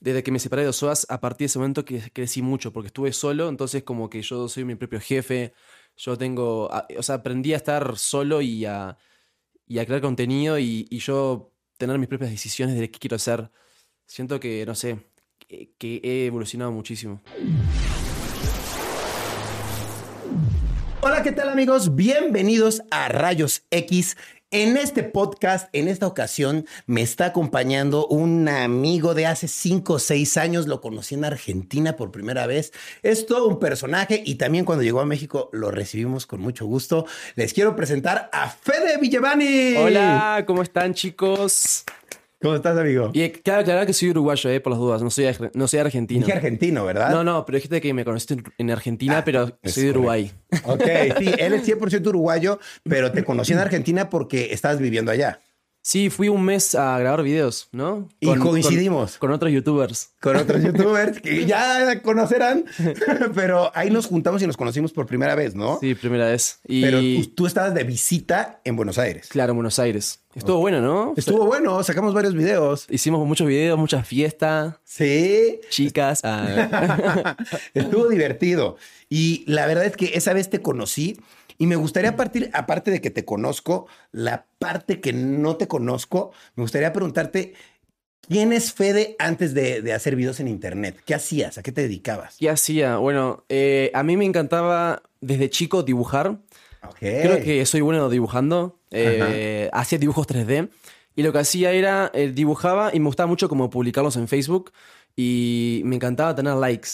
Desde que me separé de Osoas, a partir de ese momento que crecí mucho, porque estuve solo, entonces como que yo soy mi propio jefe, yo tengo, a- o sea, aprendí a estar solo y a, y a crear contenido y, y yo tener mis propias decisiones de qué quiero hacer. Siento que, no sé, que, que he evolucionado muchísimo. Hola, ¿qué tal amigos? Bienvenidos a Rayos X. En este podcast, en esta ocasión, me está acompañando un amigo de hace 5 o 6 años. Lo conocí en Argentina por primera vez. Es todo un personaje y también cuando llegó a México lo recibimos con mucho gusto. Les quiero presentar a Fede Villevani. Hola, ¿cómo están chicos? ¿Cómo estás, amigo? Y eh, cabe aclarar que soy uruguayo, eh, por las dudas, no soy, ajre- no soy argentino. Dije argentino, ¿verdad? No, no, pero dijiste que me conociste en- en Argentina, pero es soy de Uruguay. Ok, sí, él es 100% uruguayo, pero te conocí en Argentina porque estabas viviendo allá. Sí, fui un mes a grabar videos, ¿no? Y coincidimos. Con, otros youtubers. con otros youtubers que ya conocerán, pero ahí nos juntamos y nos conocimos por primera vez, ¿no? Sí, primera vez. Y Pero pues, tú, tú estabas de visita en Buenos Aires. claro, en Buenos Aires. Estuvo bueno, ¿no? Estuvo bueno, sacamos varios videos. Hicimos muchos videos, muchas fiestas, Sí, chicas. Ah, estuvo divertido. Y la verdad es que esa vez te conocí y me gustaría partir, aparte de que te conozco, la parte que no te conozco, me gustaría preguntarte, ¿quién es Fede antes de, de hacer videos en Internet? ¿Qué hacías? ¿A qué te dedicabas? ¿Qué hacía? Bueno, eh, a mí me encantaba desde chico dibujar. Ok. Creo que soy bueno dibujando. Eh, hacía dibujos 3D. Y lo que hacía era, eh, dibujaba y me gustaba mucho como publicarlos en Facebook. Y me encantaba tener likes.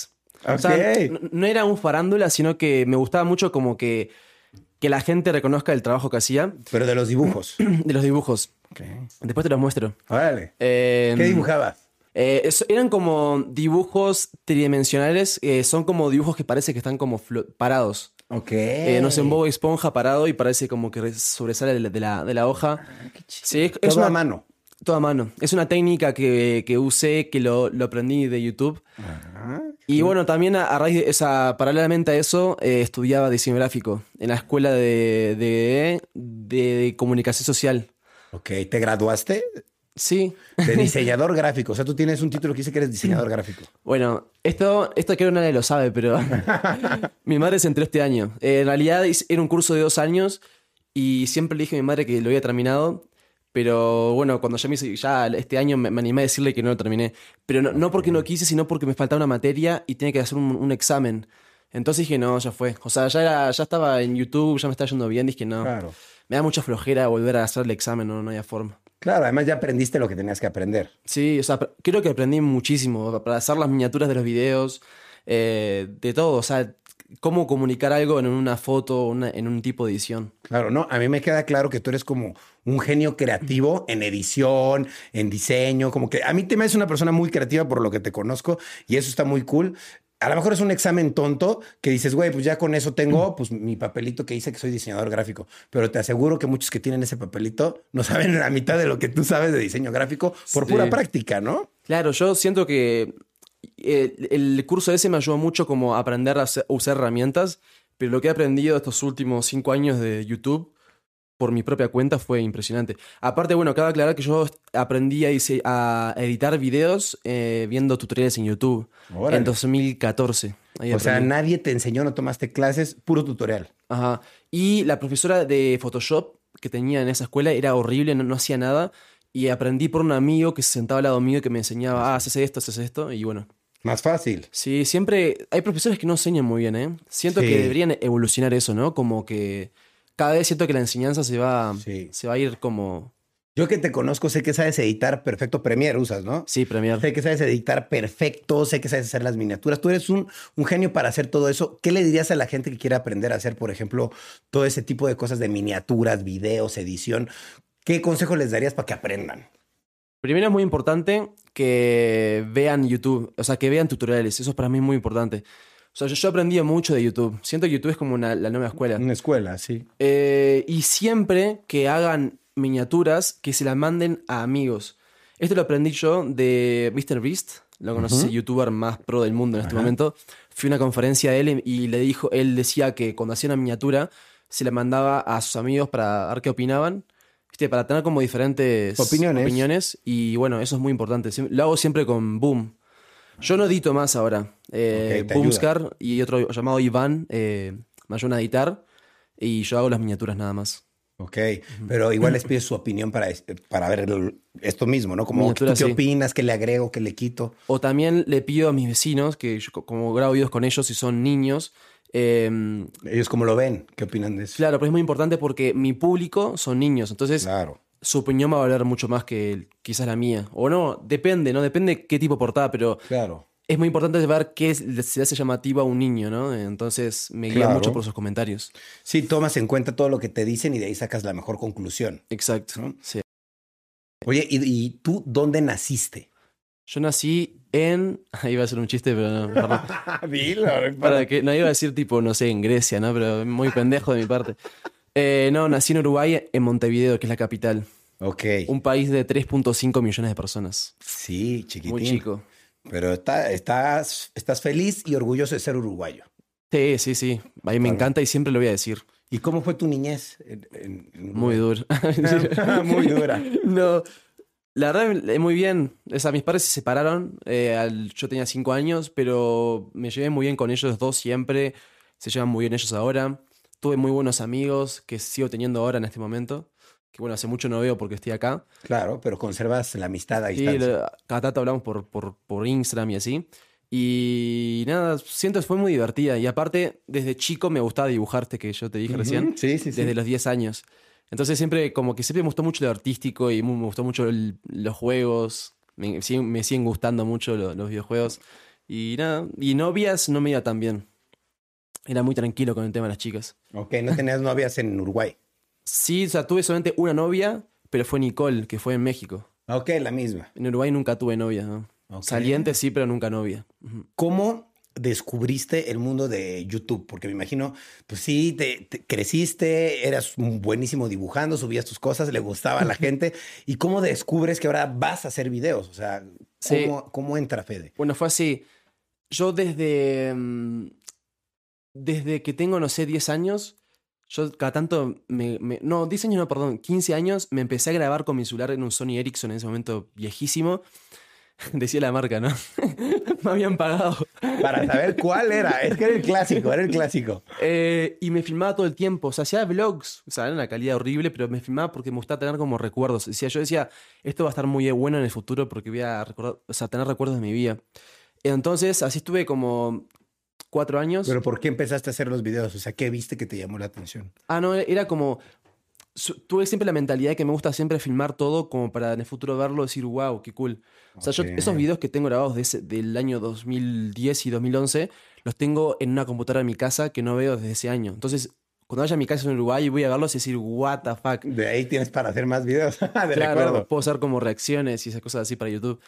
O sea, Ok. n- no era un farándula, sino que me gustaba mucho como que, que la gente reconozca el trabajo que hacía Pero de los dibujos. de los dibujos. Después te los muestro. Órale. Eh, ¿Qué dibujabas? eh, es- eran como dibujos tridimensionales. eh, son como dibujos que parece que están como flo- parados. Ok. Eh, no sé, un bobo esponja parado y parece como que re- sobresale de la, de la- de la hoja. Sí, es, es Todo una a mano. Toda mano. Es una técnica que, que usé, que lo, lo aprendí de YouTube. Ah, Y bueno, también a, a raíz de esa, paralelamente a eso, eh, estudiaba diseño gráfico en la escuela de, de, de comunicación social. Ok, ¿te graduaste Sí. de diseñador gráfico? O sea, tú tienes un título que dice que eres diseñador gráfico. Bueno, esto, esto creo que nadie lo sabe, pero mi madre se entró este año. Eh, en realidad hice- era un curso de dos años y siempre le dije a mi madre que lo había terminado. Pero bueno, cuando ya, me hice- ya este año me, me animé a decirle que no lo terminé. Pero no, no porque no quise, sino porque me faltaba una materia y tenía que hacer un, un examen. Entonces dije, no, ya fue. O sea, ya, era- ya estaba en YouTube, ya me estaba yendo bien. Dije, no. Claro. Me da mucha flojera volver a hacer el examen, no, no había forma. Claro, además ya aprendiste lo que tenías que aprender. Sí, o sea, pr- creo que aprendí muchísimo para hacer las miniaturas de los videos, eh, de todo, o sea, cómo comunicar algo en una foto, una- en un tipo de edición. Claro, no, a mí me queda claro que tú eres como un genio creativo en edición, en diseño, como que a mí te me haces una persona muy creativa por lo que te conozco y eso está muy cool. A lo mejor es un examen tonto que dices, güey, pues ya con eso tengo pues mi papelito que dice que soy diseñador gráfico, pero te aseguro que muchos que tienen ese papelito no saben la mitad de lo que tú sabes de diseño gráfico por Sí. pura práctica, ¿no? Claro, yo siento que eh, el curso ese me ayudó mucho como a aprender a hacer- usar herramientas, pero lo que he aprendido estos últimos cinco años de YouTube por mi propia cuenta fue impresionante. Aparte, bueno, cabe aclarar que yo aprendí a, dise- a editar videos eh, viendo tutoriales en YouTube Órale. en 2014. Ahí O sea, aprendí. nadie te enseñó, no tomaste clases, puro tutorial. Ajá. Y la profesora de Photoshop que tenía en esa escuela era horrible, no, no hacía nada. Y aprendí por un amigo que se sentaba al lado mío y que me enseñaba, ah, haces esto, haces esto. Y bueno, Más fácil. sí, siempre hay profesores que no enseñan muy bien, ¿eh? Siento Sí. que deberían evolucionar eso, ¿no? Como que cada vez siento que la enseñanza se va, Sí. se va a ir como, Yo que te conozco, sé que sabes editar perfecto Premiere, usas, ¿no? sí, premiar. Sé que sabes editar perfecto, sé que sabes hacer las miniaturas. Tú eres un, un genio para hacer todo eso. ¿Qué le dirías a la gente que quiere aprender a hacer, por ejemplo, todo ese tipo de cosas de miniaturas, videos, edición? ¿Qué consejo les darías para que aprendan? Primero es muy importante que vean YouTube, o sea, que vean tutoriales. Eso para mí es muy importante. O sea, yo, yo aprendí mucho de YouTube. Siento que YouTube es como una- la nueva escuela. Una escuela, sí. Eh, y siempre que hagan miniaturas, que se las manden a amigos. Esto lo aprendí yo de Mr. Beast, lo conocí, el youtuber más pro del mundo en este momento. Fui a una conferencia de él y y le dijo, él decía que cuando hacía una miniatura, se la mandaba a sus amigos para ver qué opinaban. ¿viste? Para tener como diferentes Opiniones. opiniones. Y bueno, eso es muy importante. Siem- Lo hago siempre con Boom. Yo no edito más ahora. Eh, Ok, te Boomscar y otro llamado Iván eh, me ayudan a editar. Y yo hago las miniaturas nada más. Ok, pero igual les pides su opinión para, es- para ver el- esto mismo, ¿no? Como, ¿tú Miniatura, ¿qué sí. opinas? ¿Qué le agrego? ¿Qué le quito? O también le pido a mis vecinos, que yo co- como grabo videos con ellos y son niños, eh, ¿Ellos cómo lo ven? ¿Qué opinan de eso? claro, pero es muy importante porque mi público son niños, entonces Claro. su opinión va a valer mucho más que el- quizás la mía. O no, depende, ¿no? Depende qué tipo de portada, pero Claro. es muy importante ver qué es- se hace llamativo a un niño, ¿no? Entonces me guía Claro. mucho por sus comentarios. Sí, tomas en cuenta todo lo que te dicen y de ahí sacas la mejor conclusión. Exacto. ¿No? sí. Oye, ¿y, y tú dónde naciste? Yo nací en. Iba a ser un chiste, pero no. perdón. Dilo, Para que, no iba a decir tipo, no sé, en Grecia, ¿no? Pero muy pendejo de mi parte. Eh, no, nací en Uruguay, en Montevideo, que es la capital. Ok. Un país de 3.5 millones de personas. Sí, chiquitín. Muy chico. Pero está, estás, estás feliz y orgulloso de ser uruguayo. Sí, sí, sí. A mí me Claro. encanta y siempre lo voy a decir. ¿Y cómo fue tu niñez? en- en- en Muy Uruguay? duro. Muy dura. No. La verdad, eh, muy bien. O sea, mis padres se separaron. eh, al- yo tenía cinco años, pero me llevé muy bien con ellos dos siempre. Se llevan muy bien ellos ahora. Tuve muy buenos amigos que sigo teniendo ahora en este momento. Que bueno, hace mucho no veo porque estoy acá. Claro, pero conservas la amistad a Sí, distancia. lo- cada tanto hablamos por, por, por Instagram y así. Y nada, siento que fue muy divertida. Y aparte, desde chico me gustaba dibujarte, que yo te dije recién Ujú, Sí, sí, sí. desde los 10 años. Entonces siempre, como que siempre me gustó mucho lo artístico y mu- me gustó mucho el- los juegos. Me, sig- me siguen gustando mucho lo- los videojuegos. Y nada, y novias no me iba tan bien. Era muy tranquilo con el tema de las chicas. Ok, no tenías novias en Uruguay. Sí, o sea, tuve solamente una novia, pero fue Nicole, que fue en México. Ok, la misma. En Uruguay nunca tuve novia, ¿no? Ok. Saliente sí, pero nunca novia. Ujú. ¿Cómo descubriste el mundo de YouTube? Porque me imagino, pues sí, te, te- creciste, eras un buenísimo dibujando, subías tus cosas, le gustaba a la gente. ¿Y cómo descubres que ahora vas a hacer videos? O sea, ¿cómo, Sí. cómo entra Fede? Bueno, fue así. Yo desde. mm, Desde que tengo, no sé, 10 años. Yo cada tanto. Me, me- no, 10 años no, perdón. 15 años me empecé a grabar con mi celular en un Sony Ericsson en ese momento viejísimo. Decía la marca, ¿no? me habían pagado. Para saber cuál era. Es que era el clásico, era el clásico. Eh, y me filmaba todo el tiempo. O sea, hacía vlogs. O sea, era una calidad horrible, pero me filmaba porque me gustaba tener como recuerdos. Decía, yo decía, esto va a estar muy bueno en el futuro porque voy a recordar, o sea, tener recuerdos de mi vida. Entonces, así estuve como cuatro años. Pero ¿por qué empezaste a hacer los videos? O sea, ¿qué viste que te llamó la atención? Ah, no, era como. su- Tuve siempre la mentalidad de que me gusta siempre filmar todo como para en el futuro verlo y decir, wow, qué cool. O sea, Ok. yo esos videos que tengo grabados de ese- del año 2010 y 2011 los tengo en una computadora de mi casa que no veo desde ese año. Entonces, cuando vaya a mi casa en Uruguay y voy a verlos y decir, what the fuck. De ahí tienes para hacer más videos. de Claro, recuerdo. puedo hacer como reacciones y esas cosas así para YouTube.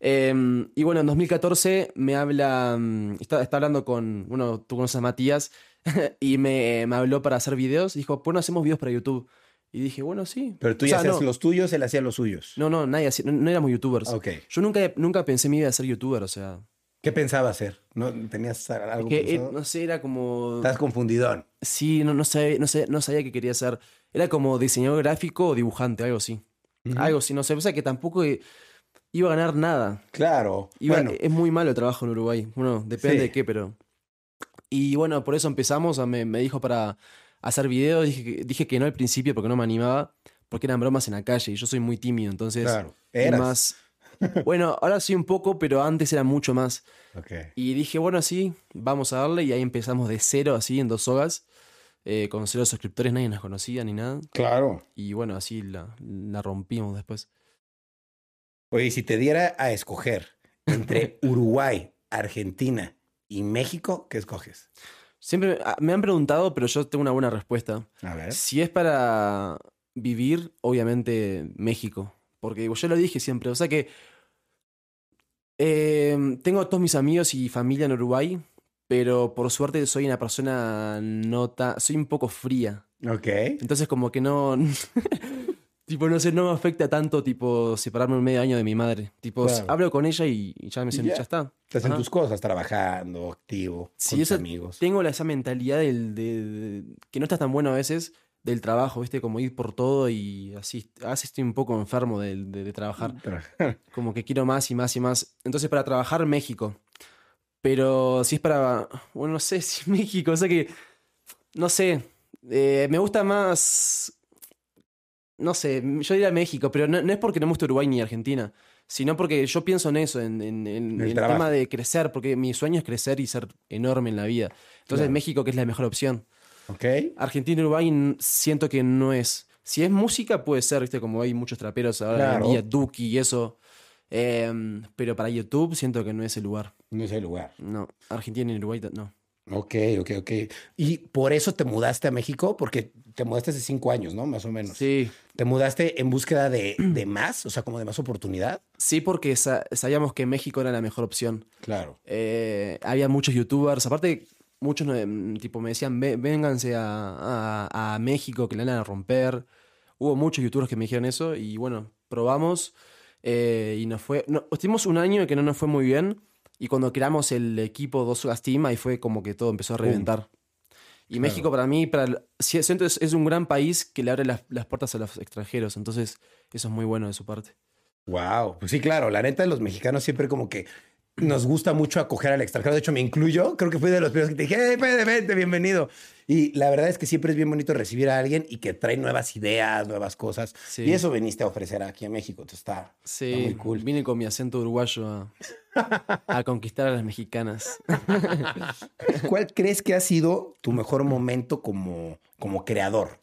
Eh, y bueno, en 2014 me habla, mm, está, está hablando con, bueno, tú conoces a Matías, y me, me habló para hacer videos. Dijo, bueno, hacemos videos para YouTube. Y dije, bueno, sí. Pero tú O ya sea, hacías no, los tuyos, él hacía los suyos. No, no, nadie, hacía- no, no éramos youtubers. Ok. Yo nunca, nunca pensé en mi vida de ser youtuber, o sea. ¿Qué pensaba hacer? ¿No tenías algo que, eh, pensado? no sé, era como... Estás confundidón. Sí, no, no, sabía, no, sé- no sabía qué quería ser. Era como diseñador gráfico o dibujante, algo así. Ujú. Algo así, no sé. O sea, que tampoco eh, iba a ganar nada. Claro. Iba- bueno, Es muy malo el trabajo en Uruguay. Bueno, depende Sí. de qué, pero. Y bueno, por eso empezamos. a- Me, me dijo para hacer videos. Dije, que- dije que no al principio porque no me animaba. Porque eran bromas en la calle y yo soy muy tímido. Entonces. claro. es Eras. más. Bueno, ahora sí un poco, pero antes era mucho más. Ok. Y dije, bueno, sí, vamos a darle. Y ahí empezamos de cero, así, en dos hogas. eh, con cero suscriptores, nadie nos conocía ni nada. Claro. Y bueno, así la, la rompimos después. Oye, si te diera a escoger entre Uruguay, Argentina y México, ¿qué escoges? Siempre ah, me han preguntado, pero yo tengo una buena ¿Eh? respuesta. A ver. Si es para vivir, obviamente México. Porque yo lo dije siempre. O sea que. eh, tengo a todos mis amigos y familia en Uruguay, pero por suerte soy una persona no ta- Soy un poco fría. Ok. Entonces, como que no. tipo, no sé, no me afecta tanto, tipo, separarme un medio año de mi madre. Tipo, Claro. hablo con ella y, y ya me Y siento, ya. ya está. Estás en Ajá. tus cosas, trabajando, activo, Sí, con tus eso- amigos. Tengo la- esa mentalidad del, de, de- que no estás tan bueno a veces del trabajo, ¿viste? Como ir por todo y así. A veces estoy un poco enfermo del- de, de trabajar. Trabajar. Como que quiero más y más y más. Entonces, para trabajar, México. Pero si es para. Bueno, no sé si México. O sea que. No sé. Eh, me gusta más. No sé, yo diría México, pero no, no es porque no me gusta Uruguay ni Argentina, sino porque yo pienso en eso, en, en- en- en el trabajo. tema de crecer, porque mi sueño es crecer y ser enorme en la vida. Entonces Claro. México que es la mejor opción. Ok. Argentina y Uruguay n- siento que no es. Si es música puede ser, viste, como hay muchos traperos ahora Claro. en día, Duki y eso. Em, pero para YouTube siento que no es el lugar. No es el lugar. No, Argentina y Uruguay no. Ok, ok, ok. Y por eso te mudaste a México, porque te mudaste hace cinco años, ¿no? Más o menos. Sí, ¿Te mudaste en búsqueda de, de más? O sea, como de más oportunidad. sí porque sa- sabíamos que México era la mejor opción. Claro. Eh, había muchos youtubers, aparte muchos eh, tipo me decían, "Ve- vénganse a, a- a México que la van a romper. Hubo muchos youtubers que me dijeron eso y bueno, probamos eh, y nos fue... No, estuvimos un año que no nos fue muy bien y cuando creamos el equipo Dos Horas Team ahí fue como que todo empezó a reventar. Y México para mí, para, el- sí, siento es, es un gran país que le abre las, las puertas a los extranjeros, entonces eso es muy bueno de su parte. Wow, pues sí, claro, la neta, los mexicanos siempre como que nos gusta mucho acoger al extranjero. De hecho, me incluyo. Creo que fui de los primeros que te dije, hey, vente, vente, bienvenido. Y la verdad es que siempre es bien bonito recibir a alguien y que trae nuevas ideas, nuevas cosas. Sí. Y eso viniste a ofrecer aquí a México. Entonces está, está Sí, muy cool. vine con mi acento uruguayo a, a conquistar a las mexicanas. ¿Cuál crees que ha sido tu mejor momento como, como creador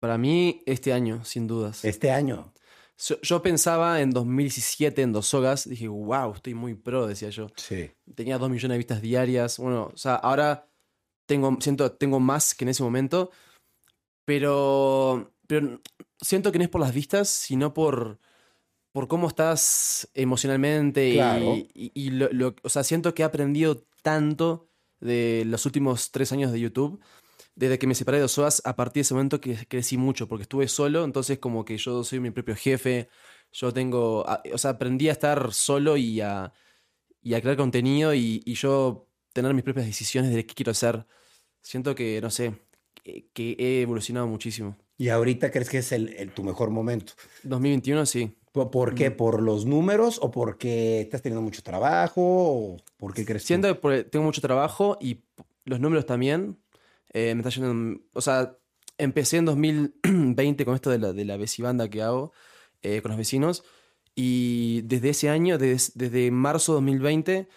Para mí, este año, sin dudas. este año? Yo, yo pensaba en 2017 en Dos Sogas, dije, wow, estoy muy pro, decía yo. Sí. Tenía 2 millones de vistas diarias. Bueno, o sea, ahora tengo, siento, tengo más que en ese momento, pero, pero siento que no es por las vistas, sino por, por cómo estás emocionalmente. y- Claro. Y, y lo- lo- o sea, siento que he aprendido tanto de los últimos tres años de YouTube. Desde que me separé de Osoas, a partir de ese momento que crecí mucho, porque estuve solo, entonces como que yo soy mi propio jefe, yo tengo, a- o sea, aprendí a estar solo y a, y a crear contenido y, y yo tener mis propias decisiones de qué quiero hacer. Siento que, no sé, que, que he evolucionado muchísimo. Y ahorita crees que es el, el- tu mejor momento. 2021 sí. ¿Por, por qué? ¿Por los números o porque estás teniendo mucho trabajo? ¿O por qué crees? tú? Siento que por- tengo mucho trabajo y p- los números también. Eh, me está yendo. O sea, empecé en 2020 con esto de la, de la vecibanda que hago eh, con los vecinos. Y desde ese año, des- desde marzo de 2020,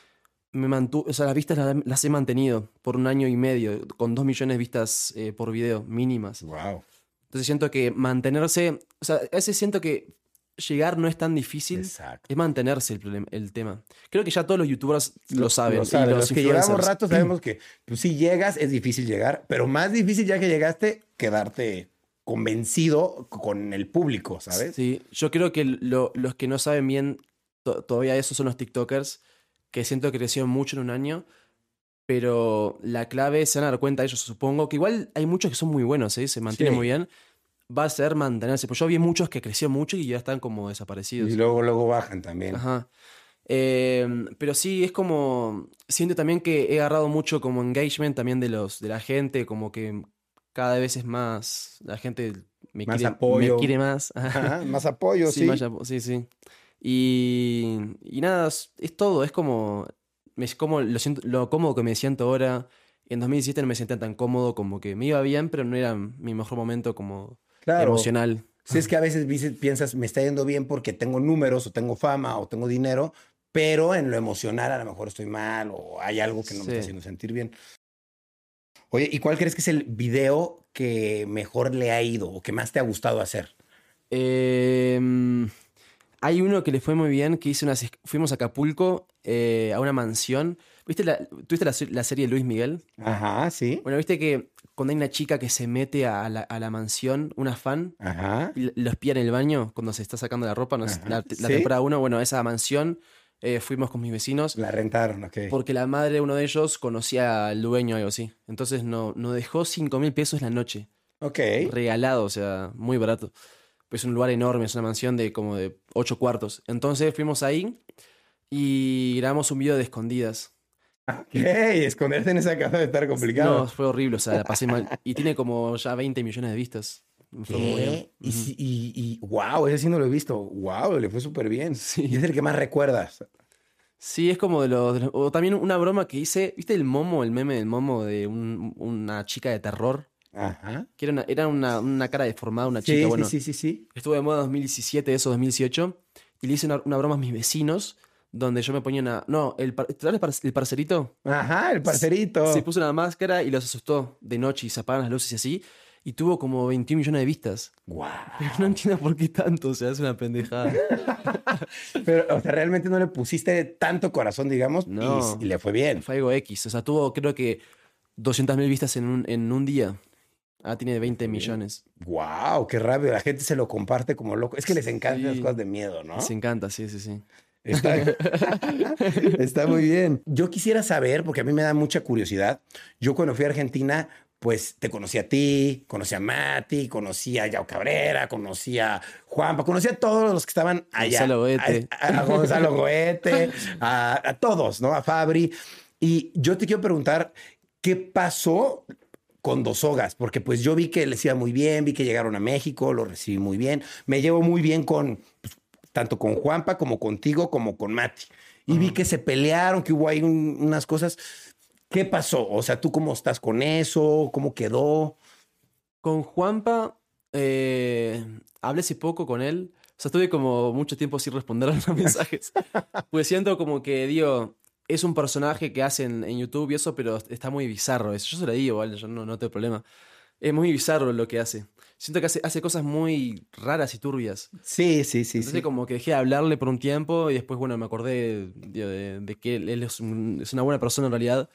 me mantuve. O sea, las vistas las, las he mantenido por un año y medio, con 2 millones de vistas eh, por video, mínimas. Wow. Entonces siento que mantenerse. O sea, a veces siento que llegar no es tan difícil. Exacto. Es mantenerse el, problema, el tema. Creo que ya todos los youtubers lo, saben. Lo y saben. Los, que llevamos influencers. rato sabemos que pues, si llegas es difícil llegar, pero más difícil ya que llegaste quedarte convencido con el público, ¿sabes? Sí, yo creo que lo- los que no saben bien to- todavía eso son los TikTokers, que siento que crecieron mucho en un año, pero la clave se van a dar cuenta ellos, supongo, que igual hay muchos que son muy buenos, ¿eh? se mantienen Sí. muy bien, va a ser mantenerse. Pues yo vi muchos que crecieron mucho y ya están como desaparecidos. Y luego, luego bajan también. Ajá. Eh, pero sí, es como. Siento también que he agarrado mucho como engagement también de los, de la gente, como que cada vez es más. La gente me, Más quiere, apoyo. me quiere más. Ajá, más apoyo, sí. más apo- sí, sí. Y, y nada, es, es todo, es como. me- Es como lo, siento- lo cómodo que me siento ahora. En 2017 no me sentía tan cómodo, como que me iba bien, pero no era mi mejor momento como Claro. emocional. Si es que a veces dices- piensas, me está yendo bien porque tengo números o tengo fama o tengo dinero, pero en lo emocional a lo mejor estoy mal o hay algo que no me Sí. está haciendo sentir bien. Oye, ¿y cuál crees que es el video que mejor le ha ido o que más te ha gustado hacer? Eh, hay uno que le fue muy bien, que hice unas, esc- fuimos a Acapulco, eh, a una mansión, ¿Viste la, ¿Tuviste la, la serie Luis Miguel? Ajá, sí. Bueno, viste que cuando hay una chica que se mete a la, a la mansión, una fan, Ajá. y lo espía en el baño cuando se está sacando la ropa, no sé, la, la ¿sí? temporada 1, bueno, a esa mansión eh, fuimos con mis vecinos La rentaron, ok. porque la madre de uno de ellos conocía al dueño o algo así. Entonces no, nos dejó 5 mil pesos la noche, Ok. regalado, o sea, muy barato. Es un lugar enorme, es una mansión de como de 8 cuartos. Entonces fuimos ahí y grabamos un video de escondidas. Ok, esconderse en esa casa debe estar No, complicado. fue horrible, o sea, la pasé mal. Y tiene como ya 20 millones de vistas. Me fue muy bien. ¿Qué? Y, si- y, y wow, ese sí no lo he visto. Wow, le fue súper bien. Y es el que más recuerdas. Sí, es como de los, de los- O también una broma que hice. ¿Viste el momo, el meme del momo de un- una chica de terror? Ajá. Que era una, era una, una cara deformada, una Sí, chica. sí, bueno, sí, sí, sí. estuvo de moda 2017, eso, 2018. Y le hice una, una broma a mis vecinos, donde yo me ponía una. No, el, par- ¿te acuerdas del par- el parcerito? Ajá, el parcerito. Se puso una máscara y los asustó de noche y se apagan las luces y así. Y tuvo como 21 millones de vistas. Guau. Pero no entiendo por qué tanto, o sea, es una pendejada. Pero, o sea, realmente no le pusiste tanto corazón, digamos, y- No. y, le fue bien. Fue algo X. O sea, tuvo creo que 200.000 vistas en un, en un día. Ah, tiene 20 millones. Wow, qué rápido. La gente se lo comparte como loco. Es que les encantan Sí. las cosas de miedo, ¿no? Se encanta, sí, sí, sí. Está, está muy bien. Yo quisiera saber, porque a mí me da mucha curiosidad. Yo cuando fui a Argentina, pues te conocí a ti, conocí a Mati, conocí a Yao Cabrera, conocí a Juanpa, conocí a todos los que estaban allá. Gonzalo Goete. A, a- a Gonzalo Goete, a, a todos, ¿no? A Fabri. Y yo te quiero preguntar, ¿qué pasó con dos sogas? Porque pues yo vi que les iba muy bien, vi que llegaron a México, lo recibí muy bien, me llevo muy bien con tanto con Juanpa como contigo como con Mati. Y vi que se pelearon, que hubo ahí un- unas cosas. ¿Qué pasó? O sea, ¿tú cómo estás con eso? ¿Cómo quedó? Con Juanpa, eh, hablé hace poco con él. O sea, estuve como mucho tiempo sin responder a los mensajes. Pues siento como que, digo, es un personaje que hacen en YouTube y eso, pero está muy bizarro. Eso. Yo se lo digo, ¿vale? Yo no, no tengo problema. Es muy bizarro lo que hace. Siento que hace, hace cosas muy raras y turbias. Sí, sí, sí. Entonces como que dejé de hablarle por un tiempo y después, bueno, me acordé digo, de, de que él él es, un- es una buena persona en realidad.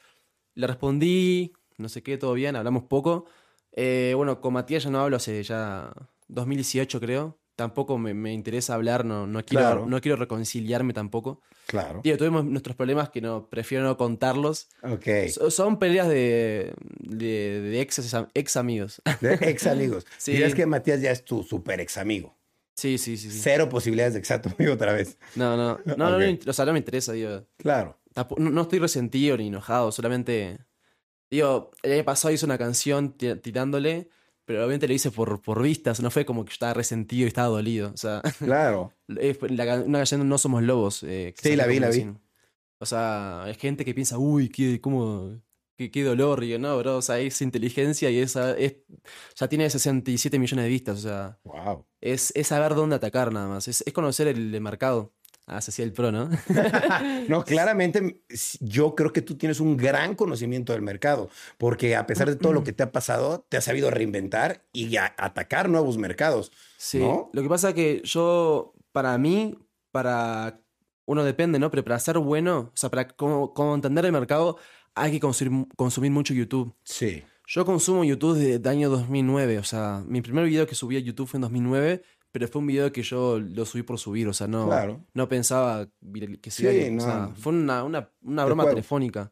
Le respondí, no sé qué, todo bien, hablamos poco. Eh, bueno, con Matías ya no hablo hace ya 2018 creo. Tampoco me, me interesa hablar, no, no, quiero, Claro. no quiero reconciliarme tampoco. Claro. Digo, tuvimos nuestros problemas que no, prefiero no contarlos. Ok. So- son peleas de, de, de ex, ex amigos. De ex amigos. Sí. Dirás que Matías ya es tu super ex amigo. sí, sí, sí. sí. Cero posibilidades de que sea tu amigo otra vez. No, no, no, no, Ok. me int- o sea, no me interesa, digo. Claro. Tampo- No, no estoy resentido ni enojado, solamente. Digo, el año pasado hice una canción ti- tirándole, pero obviamente lo hice por, por vistas, no fue como que estaba resentido y estaba dolido. O sea, Claro. es la ca- una canción No Somos Lobos. eh, que Sí, salió la vi, con la vi. Vecino. O sea, hay gente que piensa, uy, qué, cómo, qué, qué dolor, y yo, no, bro, o sea, es inteligencia y esa es, ya tiene 67 millones de vistas, o sea, Wow. es, es saber dónde atacar nada más, es, es conocer el, mercado. Ah, se hacía el pro, ¿no? No, claramente s- yo creo que tú tienes un gran conocimiento del mercado, porque a pesar de todo lo que te ha pasado, te has sabido reinventar y a- atacar nuevos mercados. Sí, ¿No? lo que pasa es que yo, para mí, para... Uno depende, ¿no? Pero para ser bueno, o sea, para como, como entender el mercado, hay que consumir, consumir mucho YouTube. Sí. Yo consumo YouTube desde el año 2009, o sea, mi primer video que subí a YouTube fue en 2009, pero fue un video que yo lo subí por subir, o sea, no, Claro. no pensaba viral- que se Sí, viral- o sea, no. fue una, una, una De broma juego. telefónica.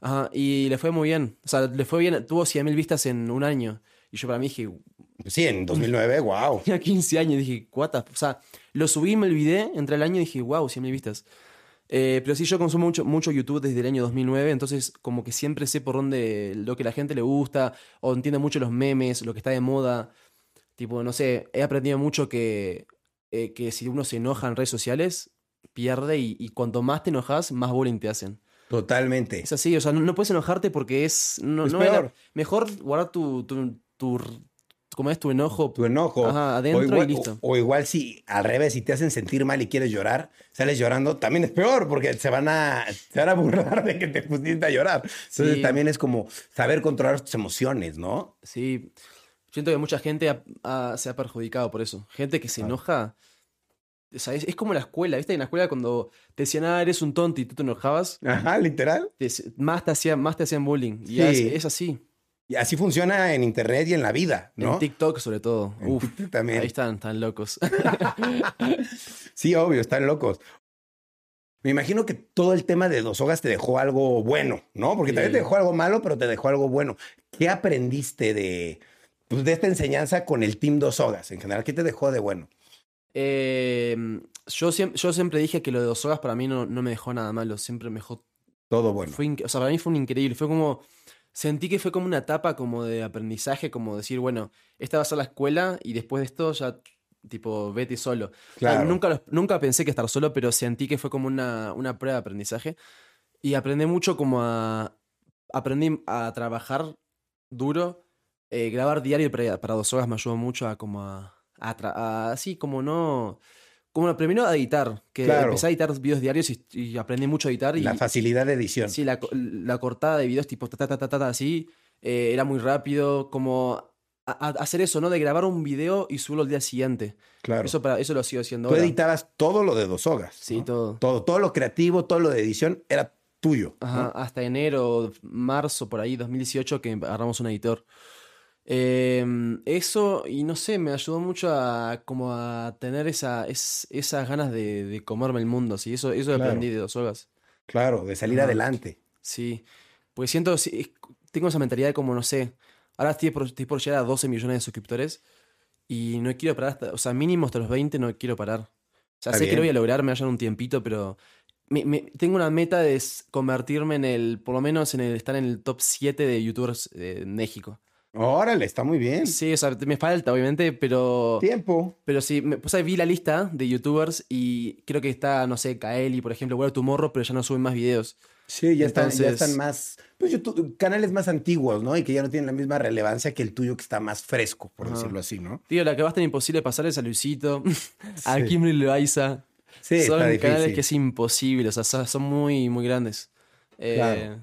Ajá, y le fue muy bien, o sea, le fue bien, tuvo 100.000 vistas en un año. Y yo para mí dije, Sí, en 2009, wow. tenía 15 años, dije, what the f-?" O sea, lo subí, me olvidé, entré al año y dije, wow, 100.000 vistas. Eh, pero sí, yo consumo mucho, mucho YouTube desde el año 2009, entonces como que siempre sé por dónde lo que la gente le gusta, o entiendo mucho los memes, lo que está de moda. Tipo, no sé, he aprendido mucho que, eh, que si uno se enoja en redes sociales, pierde y, y cuanto más te enojas, más bullying te hacen. Totalmente. Es así, o sea, no, no puedes enojarte porque es... No, Es no es la- peor. mejor guardar tu... tu, tu- ¿cómo es tu enojo? Tu enojo. Ajá, adentro y listo. O, o igual si al revés, si te hacen sentir mal y quieres llorar, sales llorando, también es peor porque se van a, se van a burlar de que te pusiste a llorar. Entonces Sí. también es como saber controlar tus emociones, ¿no? Sí, siento que mucha gente ha- ha- se ha perjudicado por eso. Gente que se enoja O sea, es, es como la escuela, ¿viste? En la escuela cuando te decían, ah, eres un tonto y tú te enojabas, Ajá, literal. te dec- más, te hacían, más te hacían bullying. Y Sí. es, es así. Y así funciona en internet y en la vida, ¿no? En TikTok sobre todo. En Uf, TikTok también. ahí están, tan locos. Sí, obvio, están locos. Me imagino que todo el tema de dos hogas te dejó algo bueno, ¿no? Porque Sí. también te dejó algo malo, pero te dejó algo bueno. ¿Qué aprendiste de, pues, de esta enseñanza con el Team Dos Hogas en general? ¿Qué te dejó de bueno? Eh, yo, siem- yo siempre dije que lo de dos horas para mí no, no me dejó nada malo, siempre me dejó... Todo bueno. fue inque- o sea, para mí fue un increíble, fue como... Sentí que fue como una etapa como de aprendizaje, como decir, bueno, esta va a ser la escuela y después de esto ya, tipo, vete solo. O sea, Claro. nunca, los- nunca pensé que estar solo, pero sentí que fue como una, una prueba de aprendizaje. Y aprendí mucho como a... Aprendí a trabajar duro. eh, grabar diario para, para dos horas me ayudó mucho a como a... a tra- a- así como no... Como primero a editar, que Claro. empecé a editar videos diarios y, y aprendí mucho a editar. Y, La facilidad de edición. Sí, la, co- la cortada de videos tipo ta ta ta ta ta, ta, así, eh, era muy rápido, como a- a- hacer eso, ¿no? De grabar un video y subirlo al día siguiente. claro. Eso, para, eso lo sigo haciendo Tú ahora. editabas todo lo de dos hogas. Sí, ¿no? todo. todo. Todo lo creativo, todo lo de edición era tuyo. ¿no? Ajá, hasta enero, marzo, por ahí, 2018, que agarramos un editor. Eh, eso, y no sé, me ayudó mucho a como a tener esa, es- esas ganas de, de comerme el mundo, sí, eso, eso Claro. aprendí de dos horas. Claro, de salir Ajá. adelante. Sí, pues siento, sí, es- tengo esa mentalidad de como, no sé, ahora estoy por, estoy por llegar a 12 millones de suscriptores y no quiero parar, hasta, o sea, mínimo hasta los 20 no quiero parar. O sea, Está sé que lo voy bien. a lograr, me hallan un tiempito, pero me- me- tengo una meta de s- convertirme en el, por lo menos en el, estar en el top 7 de youtubers de México. Órale, está muy bien. Sí, o sea, me falta, obviamente, pero... Tiempo. Pero sí, me, pues, ahí vi la lista de youtubers y creo que está, no sé, Kaeli, por ejemplo, Guarda tu morro, pero ya no suben más videos. Sí, ya, están, ya Entonces- están más, pues YouTube- canales más antiguos, ¿no? Y que ya no tienen la misma relevancia que el tuyo que está más fresco, por Ajá. decirlo así, ¿no? Tío, la que va a estar imposible pasar es a Luisito, a Kimberly Loaiza. Sí, son canales está difícil. que es imposible, o sea, son son muy, muy grandes. Eh, Claro.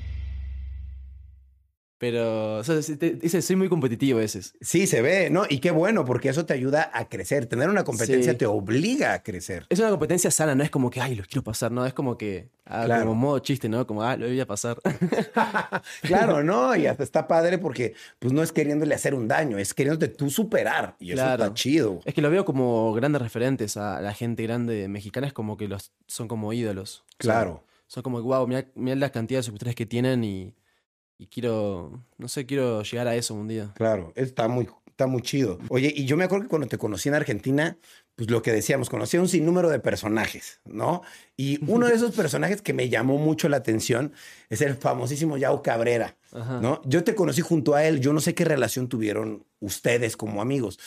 Pero, o sea, sí, te- dice, soy muy competitivo a veces. Sí, se ve, ¿no? Y qué bueno, porque eso te ayuda a crecer. Tener una competencia Sí. te obliga a crecer. Es una competencia sana, no es como que, ay, los quiero pasar, no, es como que, ah, Claro. como modo chiste, ¿no? Como, ah, lo voy a pasar. Claro, ¿no? Y hasta está padre porque pues no es queriéndole hacer un daño, es queriéndote tú superar. Y eso Claro. está chido. es que lo veo como grandes referentes a la gente grande mexicana, es como que los son como ídolos. O sea, Claro. Son como, wow, mirá, mirá la cantidad de suscriptores que tienen y, y quiero, no sé, quiero llegar a eso un día. Claro, está muy, está muy chido. Oye, y yo me acuerdo que cuando te conocí en Argentina, pues lo que decíamos, conocí a un sinnúmero de personajes, ¿no? Y uno de esos personajes que me llamó mucho la atención es el famosísimo Yao Cabrera, Ajá. ¿no? Yo te conocí junto a él, yo no sé qué relación tuvieron ustedes como amigos.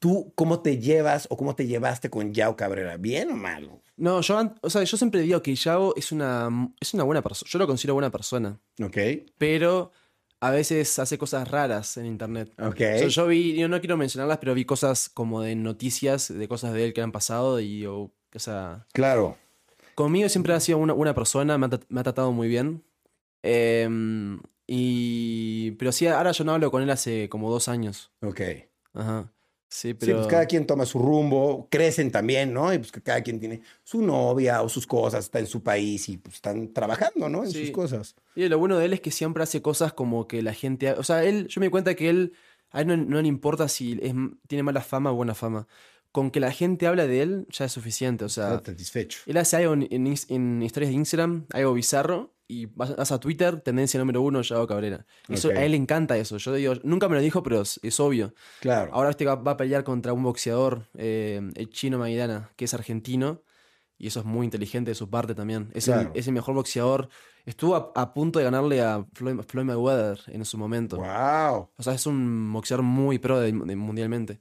¿Tú cómo te llevas o cómo te llevaste con Yao Cabrera? ¿Bien o malo? No, yo, an- o sea, yo siempre digo que Yao es una, es una buena persona. Yo lo considero buena persona. Ok, Pero a veces hace cosas raras en internet. ok. O sea, yo vi, yo no quiero mencionarlas, pero vi cosas como de noticias, de cosas de él que han pasado. Y, o, o sea, Claro, conmigo siempre ha sido una, buena persona, me ha, tra- me ha tratado muy bien. Em, y, pero sí, ahora yo no hablo con él hace como dos años. ok. Ajá. Sí, Sí, pero. pues cada quien toma su rumbo, crecen también, ¿no? Y pues que cada quien tiene su novia o sus cosas, está en su país y pues están trabajando, ¿no? En Sí. sus cosas. Y lo bueno de él es que siempre hace cosas como que la gente. O sea, él, yo me di cuenta que él. A él no, no le importa si es- tiene mala fama o buena fama. Con que la gente habla de él ya es suficiente. O sea, Está satisfecho. él hace algo en, en ins- en historias de Instagram, algo bizarro, y vas, vas a Twitter, tendencia número uno, Yao Cabrera. Eso, Ok. A él le encanta eso. Yo digo, nunca me lo dijo, pero es, es obvio. Claro. Ahora este va, va a pelear contra un boxeador, eh, el chino Maidana, que es argentino. Y eso es muy inteligente de su parte también. Es, Claro. el, es el mejor boxeador. Estuvo a, a punto de ganarle a Floyd, Floyd Mayweather en su momento. wow. O sea, es un boxeador muy pro de- de- mundialmente.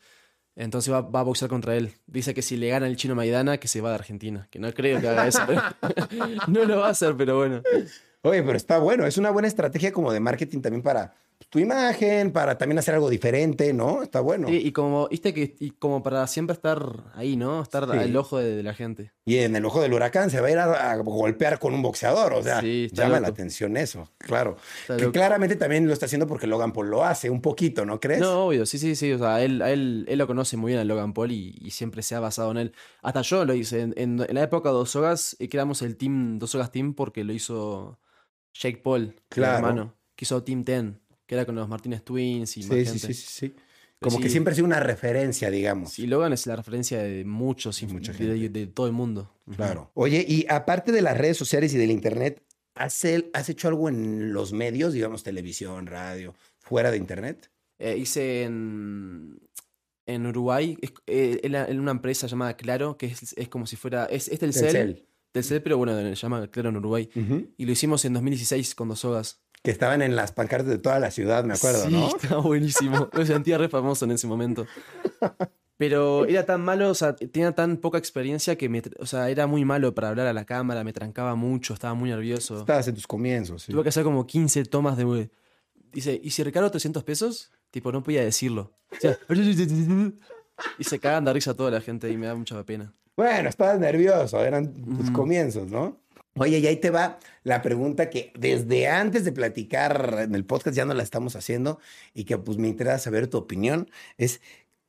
Entonces va, va a boxear contra él. Dice que si le gana el chino Maidana, que se va de Argentina. Que no creo que haga eso. pero- no lo va a hacer, pero bueno. Oye, pero está bueno. Es una buena estrategia como de marketing también para pues, tu imagen, para también hacer algo diferente, ¿no? Está bueno. Sí, y como, viste que, y como para siempre estar ahí, ¿no? Estar Sí. al ojo de, de la gente. Y en el ojo del huracán se va a ir a, a golpear con un boxeador. O sea, Sí, está llama loco. la atención eso. Claro. Está que loco. claramente también lo está haciendo porque Logan Paul lo hace un poquito, ¿no crees? No, obvio, sí, sí, sí. O sea, él, a él, él lo conoce muy bien a Logan Paul y, y siempre se ha basado en él. Hasta yo lo hice. En, en- en la época de Dos Hogas eh, creamos el team Dos Hogas Team porque lo hizo Jake Paul, Claro. mi hermano, que hizo Team Ten, que era con los Martínez Twins y más sí, sí, gente. sí, sí, sí. Como Sí. que siempre ha sido una referencia, digamos. Sí, Logan es la referencia de muchos, inf- mucha de- gente. de todo el mundo. Claro. Oye, y aparte de las redes sociales y del internet, ¿has, el- has hecho algo en los medios, digamos, televisión, radio, fuera de internet? Eh, hice en, en Uruguay, es- eh, en, la- en una empresa llamada Claro, que es, es como si fuera, es, es Telcel, Telcel. Telcel, pero bueno, se llama Claro en Uruguay. Ujú. Y lo hicimos en 2016 con dos sogas. Que estaban en las pancartas de toda la ciudad, me acuerdo, Sí, ¿no? estaba buenísimo. Me sentía re famoso en ese momento. Pero era tan malo, o sea, tenía tan poca experiencia que me, tr- o sea, era muy malo para hablar a la cámara, me trancaba mucho, estaba muy nervioso. Estabas en tus comienzos. sí. Tuve que hacer como 15 tomas de. Dice, ¿y si recargo 300 pesos? Tipo, no podía decirlo. O sea, y se cagan de risa toda la gente y me da mucha pena. Bueno, estabas nervioso, eran tus comienzos, ¿no? Oye, y ahí te va la pregunta que desde antes de platicar en el podcast ya no la estamos haciendo y que pues me interesa saber tu opinión, es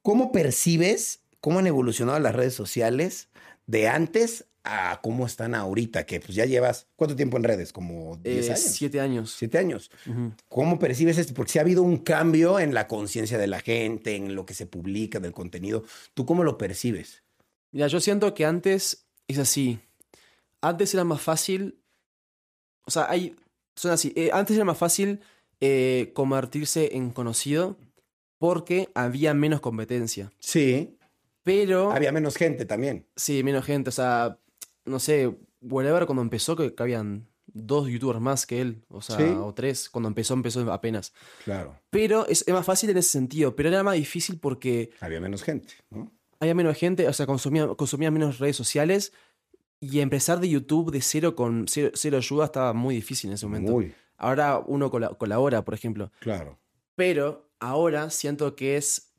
¿cómo percibes cómo han evolucionado las redes sociales de antes a cómo están ahorita? Que pues ya llevas, ¿cuánto tiempo en redes? ¿Como 10 Eh, años? siete años. ¿Siete años? Ujú. ¿Cómo percibes esto? Porque sí ha habido un cambio en la conciencia de la gente, en lo que se publica, del contenido. ¿Tú cómo lo percibes? Mira, yo siento que antes es así. Antes era más fácil. O sea, hay. Son así. Eh, antes era más fácil eh, convertirse en conocido porque había menos competencia. Sí, Pero. Había menos gente también. Sí, menos gente. O sea, no sé, Whatever cuando empezó, que, que habían dos youtubers más que él. O sea, Sí. o tres. Cuando empezó, empezó apenas. Claro. Pero es, es más fácil en ese sentido. Pero era más difícil porque Había menos gente, ¿no? había menos gente, o sea, consumía, consumía menos redes sociales. Y empezar de YouTube de cero con cero, cero ayuda estaba muy difícil en ese momento. Muy, Ahora uno cola- colabora, por ejemplo. claro. Pero ahora siento que es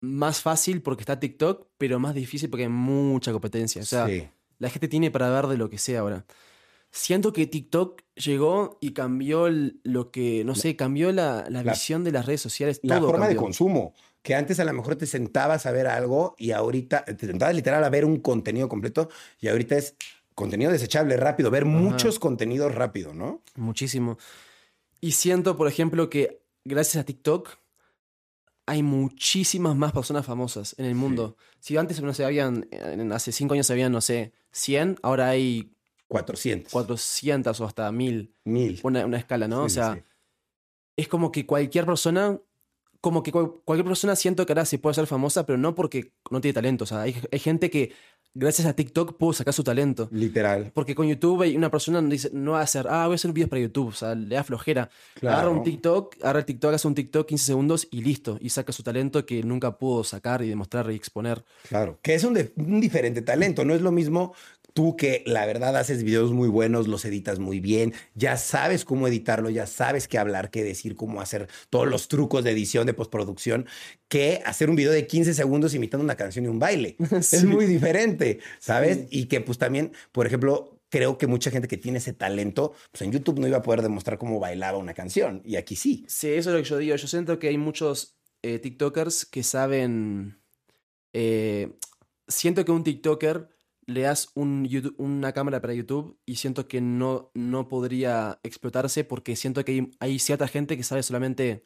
más fácil porque está TikTok, pero más difícil porque hay mucha competencia. O sea, sí. la gente tiene para ver de lo que sea ahora. Siento que TikTok llegó y cambió el- lo que, no sé, cambió la, la La- visión de las redes sociales. La todo forma de cambió. consumo, que antes a lo mejor te sentabas a ver algo y ahorita te sentabas literal a ver un contenido completo y ahorita es contenido desechable rápido, ver muchos contenidos rápido, ¿no? Muchísimo. Y siento, por ejemplo, que gracias a TikTok hay muchísimas más personas famosas en el mundo. Si antes, no sé, habían, eh, en- hace cinco años habían, no sé, 100, ahora hay 400, 400 o hasta 1000, mil. una, una escala, ¿no? o Sí, sea, sí. es como que cualquier persona, como que cual- cualquier persona siento que ahora se puede hacer famosa, pero no porque no tiene talento. O sea, hay, hay gente que gracias a TikTok pudo sacar su talento. literal. Porque con YouTube hay una persona no dice, no va a hacer, ah, voy a hacer videos para YouTube, o sea, le da flojera. Claro. Agarra un TikTok, agarra el TikTok, hace un TikTok 15 segundos y listo. Y saca su talento que nunca pudo sacar y demostrar y exponer. Claro, que es un, de- un diferente talento, no es lo mismo tú que la verdad haces videos muy buenos, los editas muy bien, ya sabes cómo editarlo, ya sabes qué hablar, qué decir, cómo hacer todos los trucos de edición, de postproducción, que hacer un video de 15 segundos imitando una canción y un baile. Es Sí. muy diferente, ¿sabes? Y que pues también, por ejemplo... Creo que mucha gente que tiene ese talento, pues en YouTube no iba a poder demostrar cómo bailaba una canción. Y aquí sí. Sí, eso es lo que yo digo. Yo siento que hay muchos eh, TikTokers que saben. eh, siento que un TikToker le das un YouTube- una cámara para YouTube y siento que no, no podría explotarse porque siento que hay, hay cierta gente que sabe solamente.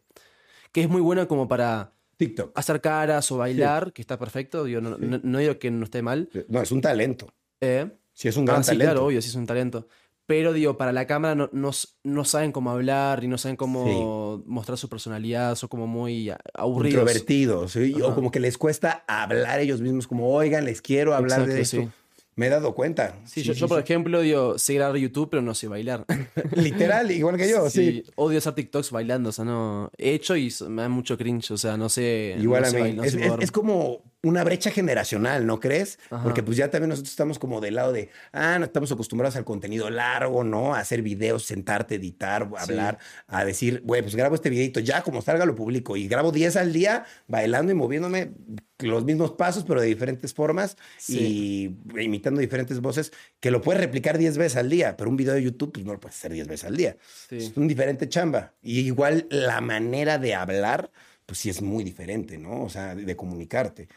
que es muy buena como para TikTok. hacer caras o bailar, que está perfecto. Digo, no, no- no digo que no esté mal. No, es un talento. Eh, Sí, es un Ah, gran sí, talento. claro, obvio, sí es un talento. Pero digo, para la cámara no, no, s- no saben cómo hablar y no saben cómo mostrar su personalidad, son como muy a- aburridos. introvertidos, ¿sí? o Ajá. como que les cuesta hablar ellos mismos, como, oigan, les quiero hablar de Exacto, esto. sí. Me he dado cuenta. Sí, yo, yo, por ejemplo, digo, sé grabar YouTube, pero no sé bailar. Literal, igual que yo, sí. Odio hacer TikToks bailando, o sea, no. He hecho y so- me da mucho cringe, o sea, no sé. Igual no a sé mí. bailar, no es, sé es- moverme. es como una brecha generacional, ¿no crees? Ajá. Porque pues ya también nosotros estamos como del lado de, ah, no estamos acostumbrados al contenido largo, ¿no? A hacer videos, sentarte, editar, hablar, a decir, güey, pues grabo este videito, ya como salga lo publico y grabo 10 al día bailando y moviéndome los mismos pasos, pero de diferentes formas y imitando diferentes voces, que lo puedes replicar 10 veces al día, pero un video de YouTube pues no lo puedes hacer 10 veces al día. Sí. Es un diferente chamba. Y igual la manera de hablar, pues sí es muy diferente, ¿no? O sea, de, de comunicarte.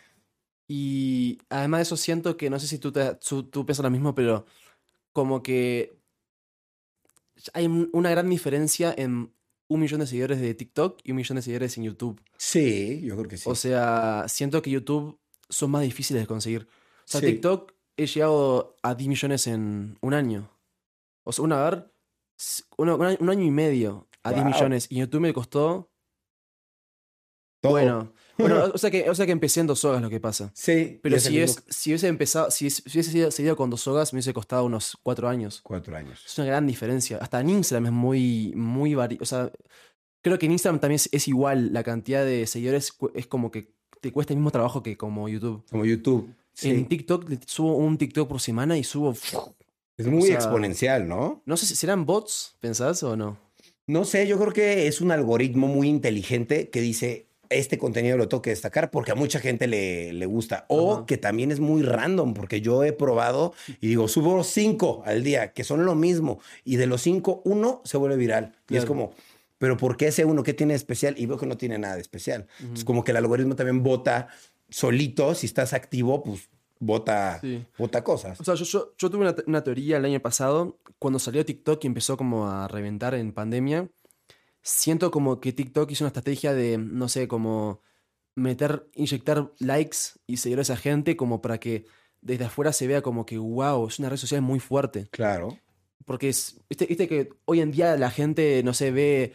Y además de eso siento que, no sé si tú, te- tú, tú piensas lo mismo, pero como que hay un- una gran diferencia en un millón de seguidores de TikTok y un millón de seguidores en YouTube. Sí, yo creo que sí. O sea, siento que YouTube son más difíciles de conseguir. O sea, Sí. TikTok he llegado a 10 millones en un año. O sea, una, a ver, s- uno- un año- un año y medio a 10 Guau. millones. Y YouTube me costó, Todo. bueno, bueno, o sea que, o sea que empecé en dos horas lo que pasa. sí. Pero y el si, mismo es, si hubiese empezado, si, si hubiese sido- seguido con dos hogas, me hubiese costado unos cuatro años. Cuatro años. Es una gran diferencia. Hasta en Instagram es muy, muy vari... O sea, creo que en Instagram también es, es igual. La cantidad de seguidores cu- es como que te cuesta el mismo trabajo que como YouTube. Como YouTube. Sí. En TikTok le- subo un TikTok por semana y subo... Es muy o sea- exponencial, ¿no? No sé si serán bots, ¿pensás o no? No sé, yo creo que es un algoritmo muy inteligente que dice, este contenido lo tengo que destacar porque a mucha gente le, le gusta. O Ajá. que también es muy random, porque yo he probado y digo, subo cinco al día, que son lo mismo. Y de los cinco, uno se vuelve viral. Y es Claro. como, pero ¿por qué ese uno? ¿Qué tiene de especial? Y veo que no tiene nada de especial. Es como que el algoritmo también vota solito, si estás activo, pues vota, Sí. vota cosas. O sea, yo, yo, yo tuve una, te- una teoría el año pasado, cuando salió TikTok y empezó como a reventar en pandemia, siento como que TikTok hizo una estrategia de, no sé, como meter, inyectar likes y seguidores a gente como para que desde afuera se vea como que, wow, es una red social muy fuerte. Claro. Porque es, viste, viste que hoy en día la gente, no sé, ve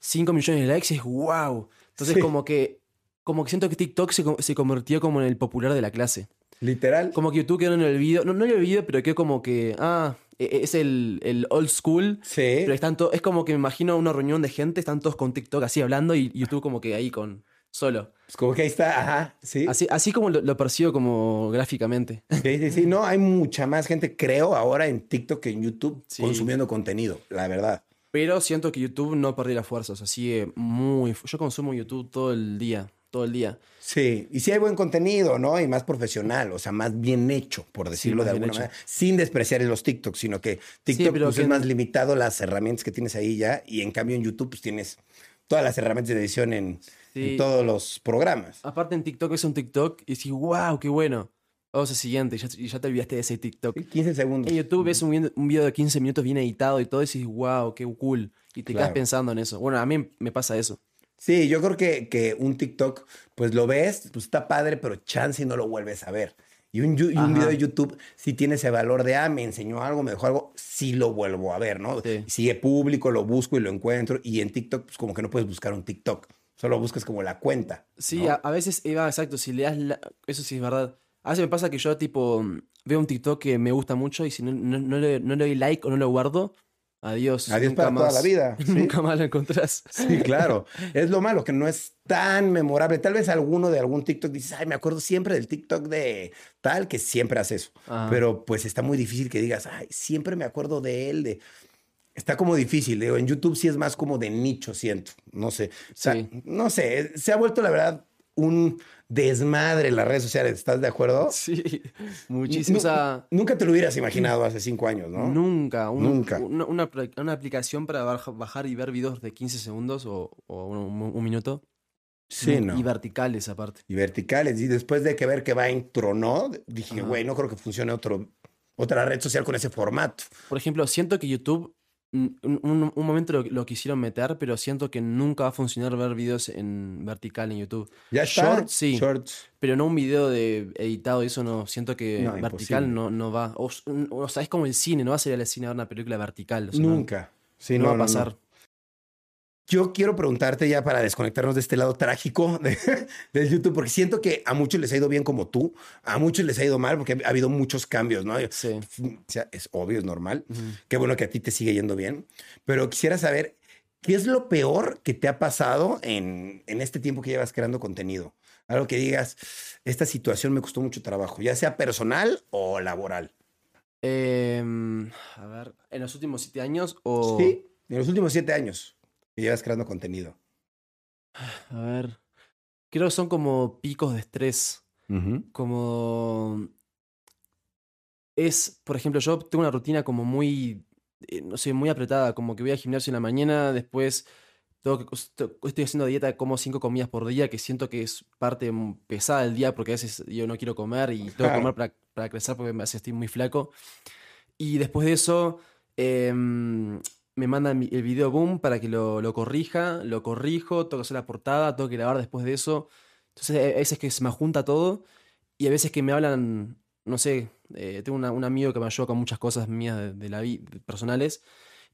5 millones de likes y es wow. Entonces Sí. como que... Como que siento que TikTok se, co- se convirtió como en el popular de la clase. Literal. Como que YouTube quedó en el olvido. No, no en el olvido, pero quedó como que. Ah, e- es el, el old school. Sí. Pero están to- es como que me imagino una reunión de gente, están todos con TikTok así hablando y YouTube como que ahí con. Solo. Pues como que ahí está, ajá, sí. Así, así como lo, lo percibo como gráficamente. Sí, sí, sí. No, hay mucha más gente, creo, ahora en TikTok que en YouTube Sí. consumiendo contenido, la verdad. Pero siento que YouTube no perdió la fuerza. O sea, sigue muy. fu- Yo consumo YouTube todo el día. Todo el día. Sí, y sí hay buen contenido, ¿no? Y más profesional, o sea, más bien hecho, por decirlo más de bien alguna hecho. manera, sin despreciar los TikToks, sino que TikTok pero pues, que es en- más limitado las herramientas que tienes ahí ya, y en cambio en YouTube pues tienes todas las herramientas de edición en, en Sí. Ah, todos los programas. Aparte en TikTok es un TikTok y decís, wow, qué bueno. Vamos al siguiente y ya, y ya te olvidaste de ese TikTok. Sí, 15 segundos. En YouTube ves un, vi- un video de 15 minutos bien editado y todo y dices, wow, qué cool. Y te Claro. quedas pensando en eso. Bueno, a mí me pasa eso. Sí, yo creo que, que un TikTok, pues lo ves, pues está padre, pero chance y no lo vuelves a ver. Y un, yu- y un Ajá. video de YouTube sí tiene ese valor de, ah, me enseñó algo, me dejó algo, sí lo vuelvo a ver, ¿no? Sí. Sigue público, lo busco y lo encuentro. Y en TikTok, pues como que no puedes buscar un TikTok, solo buscas como la cuenta. Sí, ¿no? a, a veces, Eva, exacto, si le das la- Eso sí es verdad. A veces me pasa que yo, tipo, veo un TikTok que me gusta mucho y si no, no- no le, no le doy like o no lo guardo, adiós. Adiós para toda la vida, sí. Nunca más lo encontrás. Sí, claro. Es lo malo, que no es tan memorable. Tal vez alguno de algún TikTok dices, ay, me acuerdo siempre del TikTok de tal, que siempre hace eso. Ajá. Pero pues está muy difícil que digas, ay, siempre me acuerdo de él, de... Está como difícil, digo, en YouTube sí es más como de nicho, siento, no sé. O sea, Sí. no sé, se ha vuelto la verdad un desmadre en las redes sociales, ¿estás de acuerdo? Sí, muchísimo. Nu- O sea, Nunca te lo hubieras imaginado hace cinco años, ¿no? Nunca. un- Nunca. Una, una apl- una aplicación para baj- bajar y ver videos de 15 segundos o, o un, un minuto. Sí, Y- no. Y verticales aparte. y verticales. Y después de que ver que Vine tronó, dije, Ajá. güey, no creo que funcione otro, otra red social con ese formato. Por ejemplo, siento que YouTube, mm, un, un- un momento lo, lo quisieron meter, pero siento que nunca va a funcionar ver videos en vertical en YouTube. Ya está. Shorts, sí. Shorts. Pero no un video de editado, eso no. Siento que No, imposible. vertical no, no va. O, s- n- o sea, es como el cine, no vas a ir al cine a ver una película vertical. o sea, no- Nunca. Sí, no, no, va a pasar. Yo quiero preguntarte ya para desconectarnos de este lado trágico de, del YouTube, porque siento que a muchos les ha ido bien como tú, a muchos les ha ido mal porque ha habido muchos cambios, ¿no? Sí. O sea, es obvio, es normal. Qué bueno que a ti te sigue yendo bien, pero quisiera saber qué es lo peor que te ha pasado en, en este tiempo que llevas creando contenido. Algo que digas, esta situación me costó mucho trabajo, ya sea personal o laboral. Em, a ver, ¿en los últimos siete años o...? Sí, en los últimos siete años que llevas creando contenido. A ver, creo que son como picos de estrés. como es, por ejemplo, yo tengo una rutina como muy, eh, no sé, muy apretada, como que voy al gimnasio en la mañana, después tengo que, cos- to- estoy haciendo dieta, como cinco comidas por día, que siento que es parte mm, pesada del día porque a veces yo no quiero comer y tengo que Claro. comer para, para crecer porque me hace estoy muy flaco. Y después de eso, em, me mandan mi- el video boom para que lo, lo corrija, lo corrijo, tengo que hacer la portada, tengo que grabar después de eso. Entonces, eh, a veces que se me junta todo y a veces que me hablan, no sé, eh, tengo una- un amigo que me ayuda con muchas cosas mías de, de la vida, personales,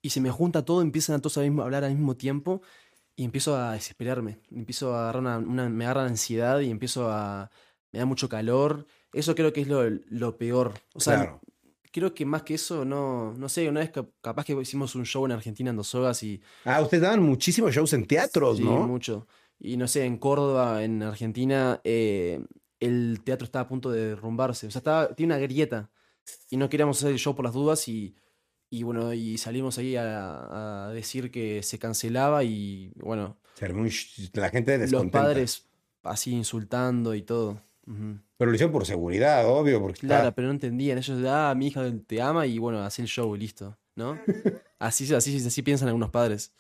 y se me junta todo, empiezan a todos a mismo- a hablar al mismo tiempo y empiezo a desesperarme, empiezo a agarrar una, una- me agarra ansiedad y empiezo a, me da mucho calor, eso creo que es lo, lo peor, o sea, claro. creo que más que eso, no, no sé, una vez cap- capaz que hicimos un show en Argentina en Dos Hogas y Ah, ustedes daban muchísimos shows en teatros, Sí, ¿no? mucho. Y no sé, en Córdoba, en Argentina, eh, el teatro estaba a punto de derrumbarse. O sea, estaba, tiene una grieta. Y no queríamos hacer el show por las dudas y, y bueno, y salimos ahí a, a decir que se cancelaba y bueno, Se armó un sh- La gente los descontenta. padres así insultando y todo. Ujú. Pero lo hicieron por seguridad, obvio, porque está- Claro, pero no entendían. Ellos, ah, mi hija te ama y bueno, hace el show y listo, ¿no? Así, así, así piensan algunos padres.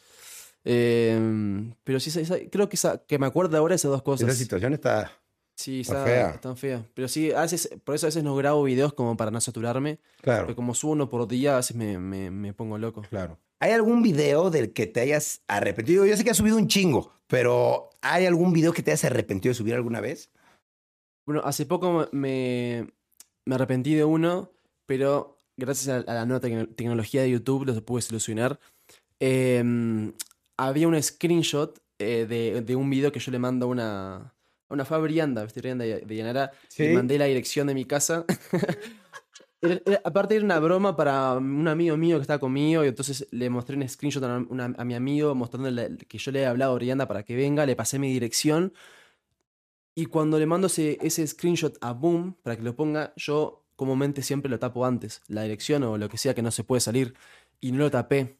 Eh, pero sí, esa- esa- creo que, esa- que me acuerdo ahora de esas dos esa cosas. situación está... Sí, está está, fea. están feas. Pero sí, a veces, por eso a veces no grabo videos como para no saturarme. Porque Claro, como subo uno por día, a veces me, me, me pongo loco. claro. ¿Hay algún video del que te hayas arrepentido? Yo sé que has subido un chingo, pero ¿hay algún video que te hayas arrepentido de subir alguna vez? Bueno, hace poco me, me arrepentí de uno, pero gracias a, a la nueva tecno- tecnología de YouTube lo pude solucionar. Em, había un screenshot eh, de, de un video que yo le mando a una, a una fue a Brianda, ¿viste? Brianda de, de Llanara. Le mandé la dirección de mi casa. Era- era- aparte era una broma para un amigo mío que estaba conmigo y entonces le mostré un screenshot a, una- a mi amigo mostrándole que yo le he hablado a Orianda para que venga, le pasé mi dirección y cuando le mando ese, ese screenshot a Boom para que lo ponga, yo comúnmente siempre lo tapo antes, la dirección o lo que sea que no se puede salir y no lo tapé.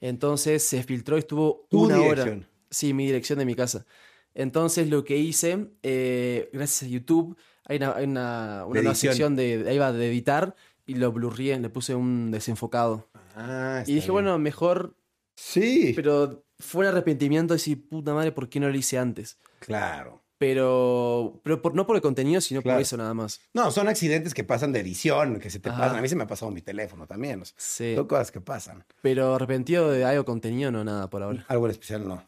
Entonces se filtró y estuvo Tu una hora. dirección. Sí, mi dirección de mi casa. Entonces lo que hice, eh, gracias a YouTube, hay una, hay una, una De nueva edición. sección de, ahí va, de editar y lo blurrié, le puse un desenfocado. Ah, está Y dije, bien. bueno, mejor, Sí. pero fue el arrepentimiento de decir, puta madre, ¿por qué no lo hice antes? Claro. Pero, pero por, no por el contenido, sino Claro. por eso nada más. No, son accidentes que pasan de edición, que se te Ajá. pasan. A mí se me ha pasado mi teléfono también. o sea, Sí, Son cosas que pasan. pero arrepentido de algo contenido, no nada por ahora. Algo en especial no.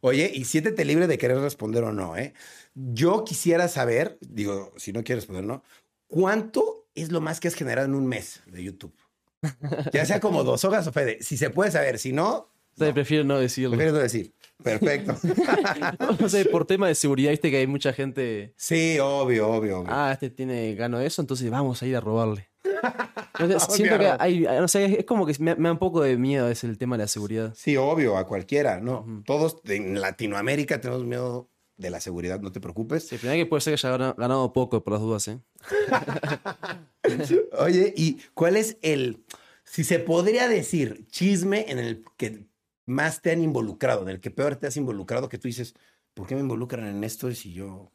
Oye, y siéntete libre de querer responder o no, ¿eh? Yo quisiera saber, digo, si no quieres responder, no, ¿cuánto es lo más que has generado en un mes de YouTube? Ya sea como dos horas o Fede, si se puede saber, si no, O sea, Prefiero no decirlo. prefiero no decir. Perfecto. No sé, por tema de seguridad, viste que hay mucha gente... Sí, obvio, obvio, obvio. Ah, este tiene gano eso, entonces vamos a ir a robarle. No sé, Obvio. siento que hay, no sé, es como que me, me da un poco de miedo es el tema de la seguridad. Sí, obvio, a cualquiera, ¿no? Ujú. Todos en Latinoamérica tenemos miedo de la seguridad, no te preocupes. Sí, primero que puede ser que haya gana- ganado poco por las dudas, ¿eh? Oye, ¿y cuál es el, si se podría decir, chisme en el que más te han involucrado, en el que peor te has involucrado, que tú dices, ¿por qué me involucran en esto si yo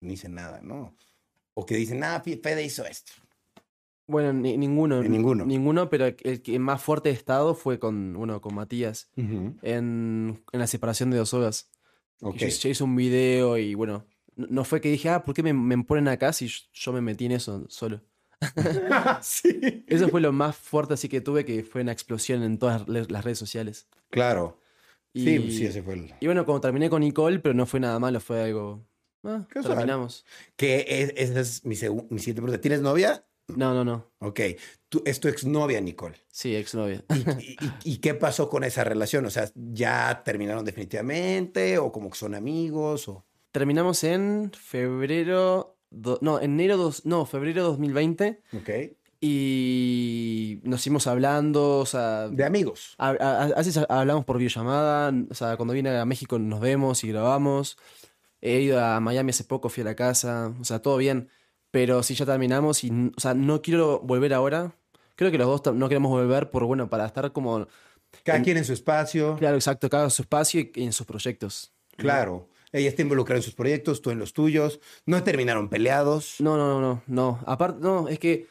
no hice nada, no? O que dicen, ah, Fe- Fede hizo esto. Bueno, ni- ninguno. Ni ninguno. Ninguno, pero el que más fuerte he estado fue con, bueno, con Matías en, en la separación de dos horas. Ok. Yo, yo hice un video y bueno, no, no fue que dije, ah, ¿por qué me, me ponen acá si yo- yo me metí en eso solo? sí. Eso fue lo más fuerte así que tuve, que fue una explosión en todas las las redes sociales. Claro. Y- Sí, sí, ese fue el... Y bueno, como terminé con Nicole, pero no fue nada malo, fue algo. Ah, Casual. terminamos. e, Que es- esa es mi, segu- mi siguiente pregunta. ¿Tienes novia? No, no, no. Ok. Tú, es tu exnovia, Nicole. Sí, exnovia. ¿Y, y- y qué pasó con esa relación? O sea, ¿ya terminaron definitivamente? ¿O como que son amigos? O... Terminamos en febrero. do- no, enero. Dos, no, febrero 2020. Ok. Y nos hicimos hablando, o sea. De amigos. a- a- a veces hablamos por videollamada. O sea, cuando viene a México nos vemos y grabamos. He ido a Miami hace poco, fui a la casa. O sea, todo bien. Pero sí, ya terminamos y. n- O sea, no quiero volver ahora. Creo que los dos ta- no queremos volver por, bueno, para estar como. Cada quien en su espacio. Claro, exacto, cada su espacio y- y en sus proyectos. Claro. Ella está involucrada en sus proyectos, tú en los tuyos. No terminaron peleados. No, no, no, no, no. Aparte, no, es que.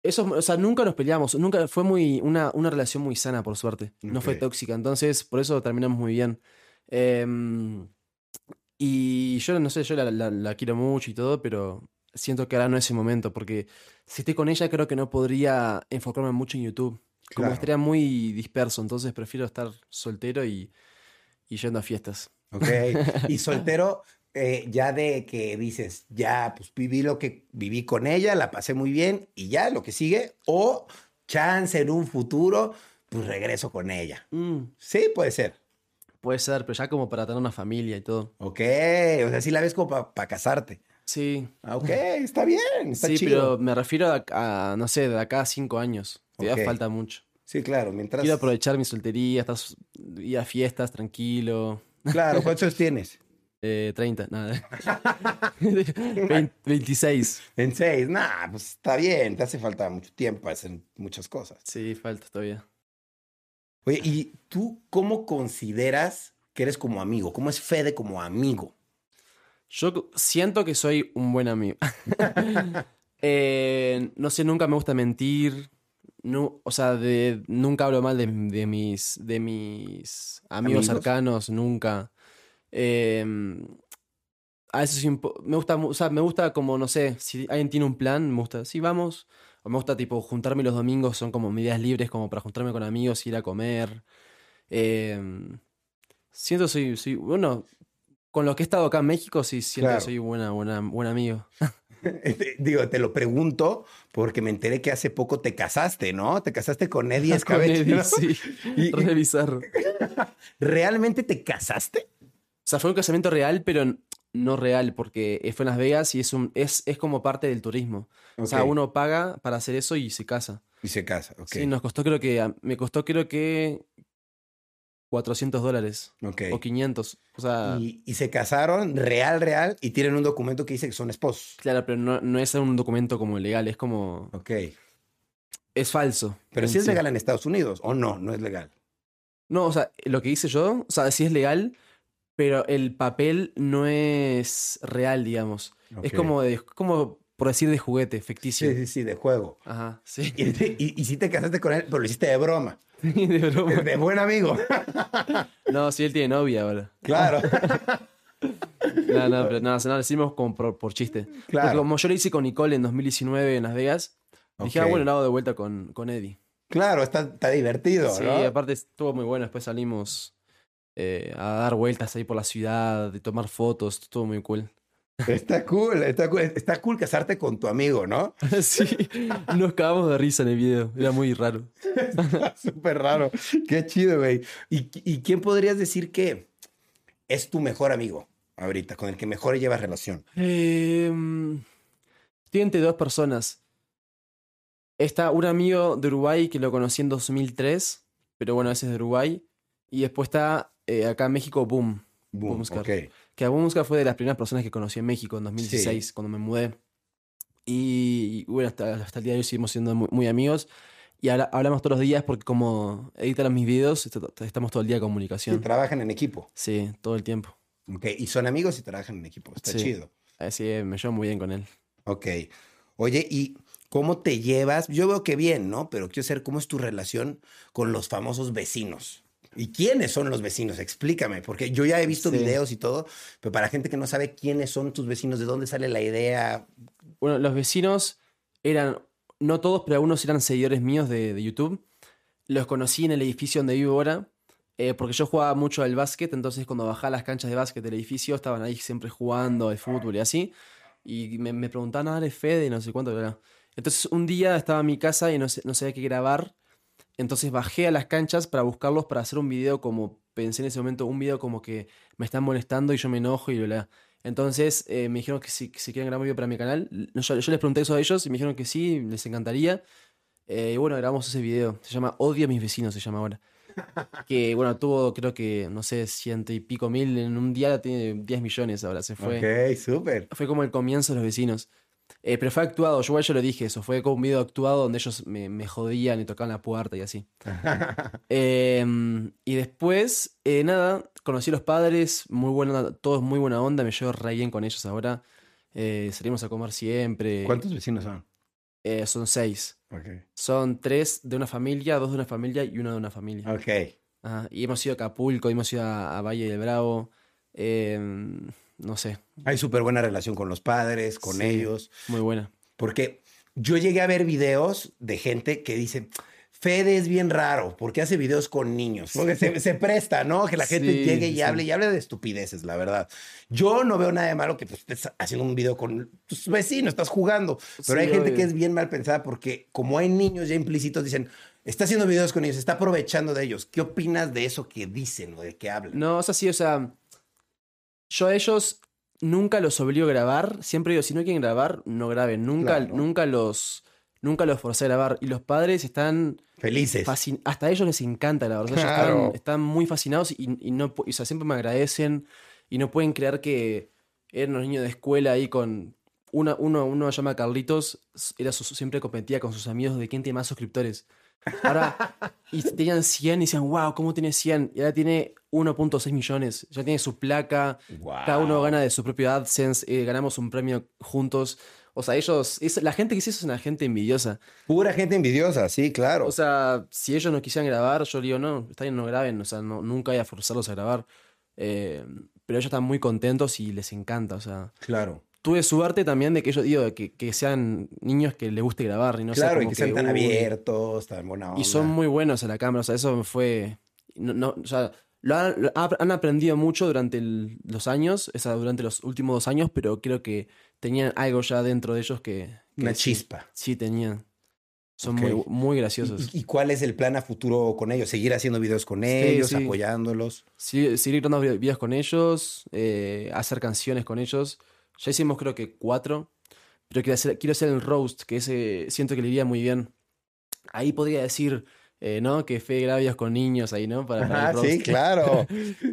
Eso, o sea, nunca nos peleamos. Nunca fue muy. Una, una relación muy sana, por suerte. No fue Ok. tóxica. Entonces, por eso terminamos muy bien. Em, y yo no sé, yo la, la- la quiero mucho y todo, pero siento que ahora no es el momento. Porque si estoy con ella, creo que no podría enfocarme mucho en YouTube. Como Claro. estaría muy disperso. Entonces prefiero estar soltero y, y yendo a fiestas. Ok. Y soltero, eh, ya de que dices, ya, pues viví lo que viví con ella, la pasé muy bien y ya, lo que sigue. O chance en un futuro, pues regreso con ella. Mm, Sí, puede ser. puede ser, pero ya como para tener una familia y todo. Ok. O sea, sí la ves como para casarte. Sí, Ah, Ok, está bien, está sí, chido. pero me refiero a, a, no sé, de acá a cinco años. Todavía Ok. falta mucho. Sí, claro, mientras. Quiero aprovechar mi soltería, estar, s- ir a fiestas tranquilo. Claro, ¿cuántos tienes? Eh, 30, nada. Vein- 26. En seis. Nah, pues está bien, te hace falta mucho tiempo para hacer muchas cosas. Sí, falta todavía. Oye, ¿y tú cómo consideras que eres como amigo? ¿Cómo es Fede como amigo? Yo c- siento que soy un buen amigo. Eh, no sé, nunca me gusta mentir. No, o sea, de, nunca hablo mal de, de mis, de mis amigos, ¿Amigos? cercanos, nunca. Eh, a veces soy un po- me gusta, mu- o sea, me gusta como, no sé, si alguien tiene un plan, me gusta, sí, vamos. O me gusta tipo juntarme los domingos, son como medidas libres como para juntarme con amigos, ir a comer. Eh, siento que soy, soy, bueno, con lo que he estado acá en México, sí, siento Claro. que soy buena, buena, buen amigo. Te- Digo, te lo pregunto porque me enteré que hace poco te casaste, ¿no? Te casaste con Eddie Con Escabeche. Eddie, ¿no? sí. Y- Re bizarro. O ¿Realmente te casaste? sea, fue un casamiento real, pero n- no real, porque fue en Las Vegas y es, un, es, es como parte del turismo. O sea, Ok. uno paga para hacer eso y se casa. Y se casa, ok. Sí, nos costó creo que, a- me costó creo que 400 dólares ok. o 500. O sea, Y, y se casaron real, real, y tienen un documento que dice que son esposos. claro, pero no, no es un documento como legal, es como, Ok. es falso. Pero en sí es sí. legal en Estados Unidos, o no, no es legal. No, o sea, lo que hice yo, o sea, sí es legal, pero el papel no es real, digamos. Es Ok. como, de- como, por decir, de juguete, ficticio. Sí, sí, sí, de juego. Ajá, sí. Y, y, y sí te casaste con él, pero lo hiciste de broma, De broma. de buen amigo. No, sí, él tiene novia ahora. Claro. No, no, pero no, no, lo hicimos como por, por chiste. Claro. Porque como yo lo hice con Nicole en 2019 en Las Vegas, dije, ah, Ok. bueno, lo hago de vuelta con, con Eddie. Claro, está, está divertido, Sí, ¿no? aparte estuvo muy bueno. Después salimos eh, a dar vueltas ahí por la ciudad, de tomar fotos, estuvo muy cool. Está cool, está cool, está cool casarte con tu amigo, ¿no? sí, nos cagamos de risa en el video, era muy raro. Súper raro. Qué chido, güey. ¿Y, y quién podrías decir que es tu mejor amigo ahorita, con el que mejor llevas relación? Eh, mm, estoy entre dos personas. Está un amigo de Uruguay que lo conocí en 2003, pero bueno, ese es de Uruguay. Y después está eh, acá en México, Boom. Boom, Buscar. ok. Que a Boom Buscar fue de las primeras personas que conocí en México en 2016, cuando me mudé. Y, y bueno, hasta, hasta el día de hoy seguimos siendo muy, muy amigos. Y habla- hablamos todos los días porque como editan mis videos, est- estamos todo el día en Y comunicación. trabajan en equipo. Sí, todo el tiempo. Ok. Y son amigos y trabajan en equipo. Está Sí. chido. Así que me llevo muy bien con él. Ok. Oye, ¿y cómo te llevas? Yo veo que bien, ¿no? Pero quiero saber cómo es tu relación con los famosos vecinos. ¿Y quiénes son los vecinos? Explícame, porque yo ya he visto Sí. videos y todo, pero para gente que no sabe quiénes son tus vecinos, de dónde sale la idea. Bueno, los vecinos eran, no todos, pero algunos eran seguidores míos de, de YouTube. Los conocí en el edificio donde vivo ahora, eh, porque yo jugaba mucho al básquet, entonces cuando bajaba a las canchas de básquet del edificio estaban ahí siempre jugando al fútbol y así. Y me, me preguntaban, ah, eres Fede, y no sé cuánto, era. Entonces un día estaba en mi casa y no, sé- no sabía qué grabar. Entonces bajé a las canchas para buscarlos para hacer un video como pensé en ese momento, un video como que me están molestando y yo me enojo y bla. bla. Entonces eh, me dijeron que si, que si quieren grabar un video para mi canal. No, Yo, yo les pregunté eso a ellos y me dijeron que sí, les encantaría. Eh, y bueno, grabamos ese video. Se llama Odio a mis vecinos, se llama ahora. Que bueno, tuvo creo que, no sé, ciento y pico mil. En un día tiene 10 millones ahora. Se fue. Ok, súper. Fue como el comienzo de los vecinos. Eh, pero fue actuado, yo igual yo lo dije eso, fue como un video actuado donde ellos me, me jodían y tocaban la puerta y así. Eh, y después, eh, nada, conocí a los padres, muy buena, todos muy buena onda, me llevo re bien con ellos ahora. Eh, salimos a comer siempre. ¿Cuántos vecinos son? Eh, son seis. Ok. Son tres de una familia, dos de una familia y uno de una familia. Ok. Ajá, Y hemos ido a Acapulco, hemos ido a, a Valle del Bravo. eh, no sé, Hay súper buena relación con los padres, con Sí. ellos. muy buena. Porque yo llegué a ver videos de gente que dice, Fede es bien raro porque hace videos con niños. Porque se, se presta, ¿no? Que la gente Sí, llegue sí. y hable y hable de estupideces, la verdad. Yo no veo nada de malo que pues, estés haciendo un video con tus vecinos, estás jugando. Pero Sí, hay gente obvio. que es bien mal pensada porque como hay niños ya implícitos, dicen, está haciendo videos con ellos, está aprovechando de ellos. ¿Qué opinas de eso que dicen o de que hablan? No, o sea, sí, o sea. Yo a ellos nunca los obligo a grabar. Siempre digo, si no quieren grabar, no graben. Nunca, Claro. nunca los. Nunca los forcé a grabar. Y los padres están. Felices. fascin- Hasta a ellos les encanta grabar. O sea, ellos Claro. están, están muy fascinados y, y no pu- o sea, siempre me agradecen. Y no pueden creer que eran unos niños de escuela ahí con. Una, uno, uno llama Carlitos, era su- siempre competía con sus amigos de quién tiene más suscriptores. Ahora, y tenían 100 y decían, wow, ¿cómo tiene 100? Y ahora tiene 1.6 millones. Ya tiene su placa. Guau. Cada uno gana de su propio AdSense. eh, ganamos un premio juntos. O sea, ellos. es- la gente que hizo eso es una gente envidiosa. Pura gente envidiosa, sí, claro. O sea, si ellos no quisieran grabar, yo digo, no, está bien, no graben. O sea, no, nunca voy a forzarlos a grabar. Eh, pero ellos están muy contentos y les encanta. O sea, claro. tuve suerte también de que ellos, digo, que, que sean niños que les guste grabar y no sea claro, y como que sean tan "Uy, abiertos, tan buena onda. y son muy buenos a la cámara, o sea, eso me fue. No, no, o sea, lo han, lo ha- han aprendido mucho durante el- los años, o sea, durante los últimos dos años, pero creo que tenían algo ya dentro de ellos que. que Una sí- chispa. Sí, tenían. Son Ok. muy, muy ¿Y, graciosos. y- y cuál es el plan a futuro con ellos? ¿Seguir haciendo videos con Sí, ellos, sí. apoyándolos? Sí, seguir grabando vi- videos con ellos, eh, hacer canciones con ellos. Ya hicimos creo que cuatro, pero quiero hacer, quiero hacer el roast, que ese siento que le iría muy bien. Ahí podría decir, eh, ¿no? Que Fede graba videos con niños ahí, ¿no? Para, para el roast. claro.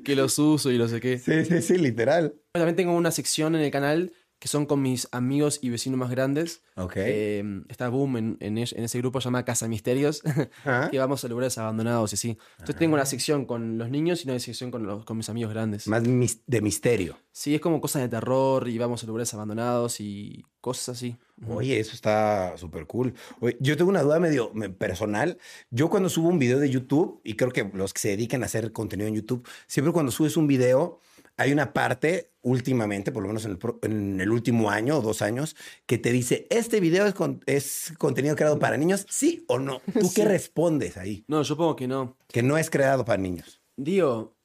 que los uso y no sé qué. Sí, sí, sí, literal. También tengo una sección en el canal que son con mis amigos y vecinos más grandes. Ok. Eh, está Boom en, en es- en ese grupo, se llama Casa Misterios, Ajá. Ah. que vamos a lugares abandonados y así. Entonces tengo una sección con los niños y una sección con, los, con mis amigos grandes. Más mis- de misterio. Sí, es como cosas de terror y vamos a lugares abandonados y cosas así. Ujú. Oye, eso está súper cool. Oye, yo tengo una duda medio me- personal. Yo cuando subo un video de YouTube, y creo que los que se dedican a hacer contenido en YouTube, siempre cuando subes un video, hay una parte últimamente, por lo menos en el, pro- en el último año o dos años, que te dice, este video es, con- es contenido creado para niños, sí o no. ¿Tú qué respondes ahí? No, yo pongo que no. Que no es creado para niños. Digo,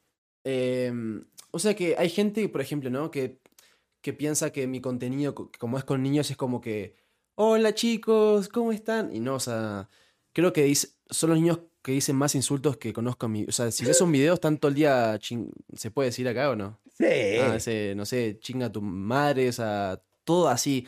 eh, o sea que hay gente, por ejemplo, ¿no? Que, que piensa que mi contenido, co- como es con niños, es como que, hola chicos, ¿cómo están? Y no, o sea, creo que dice- son los niños que dicen más insultos que conozco a mi... O sea, si ves un video, están todo el día... chin- ¿Se puede decir acá o no? Sí. Ah, ese, no sé, chinga a tu madre, o sea, todo así.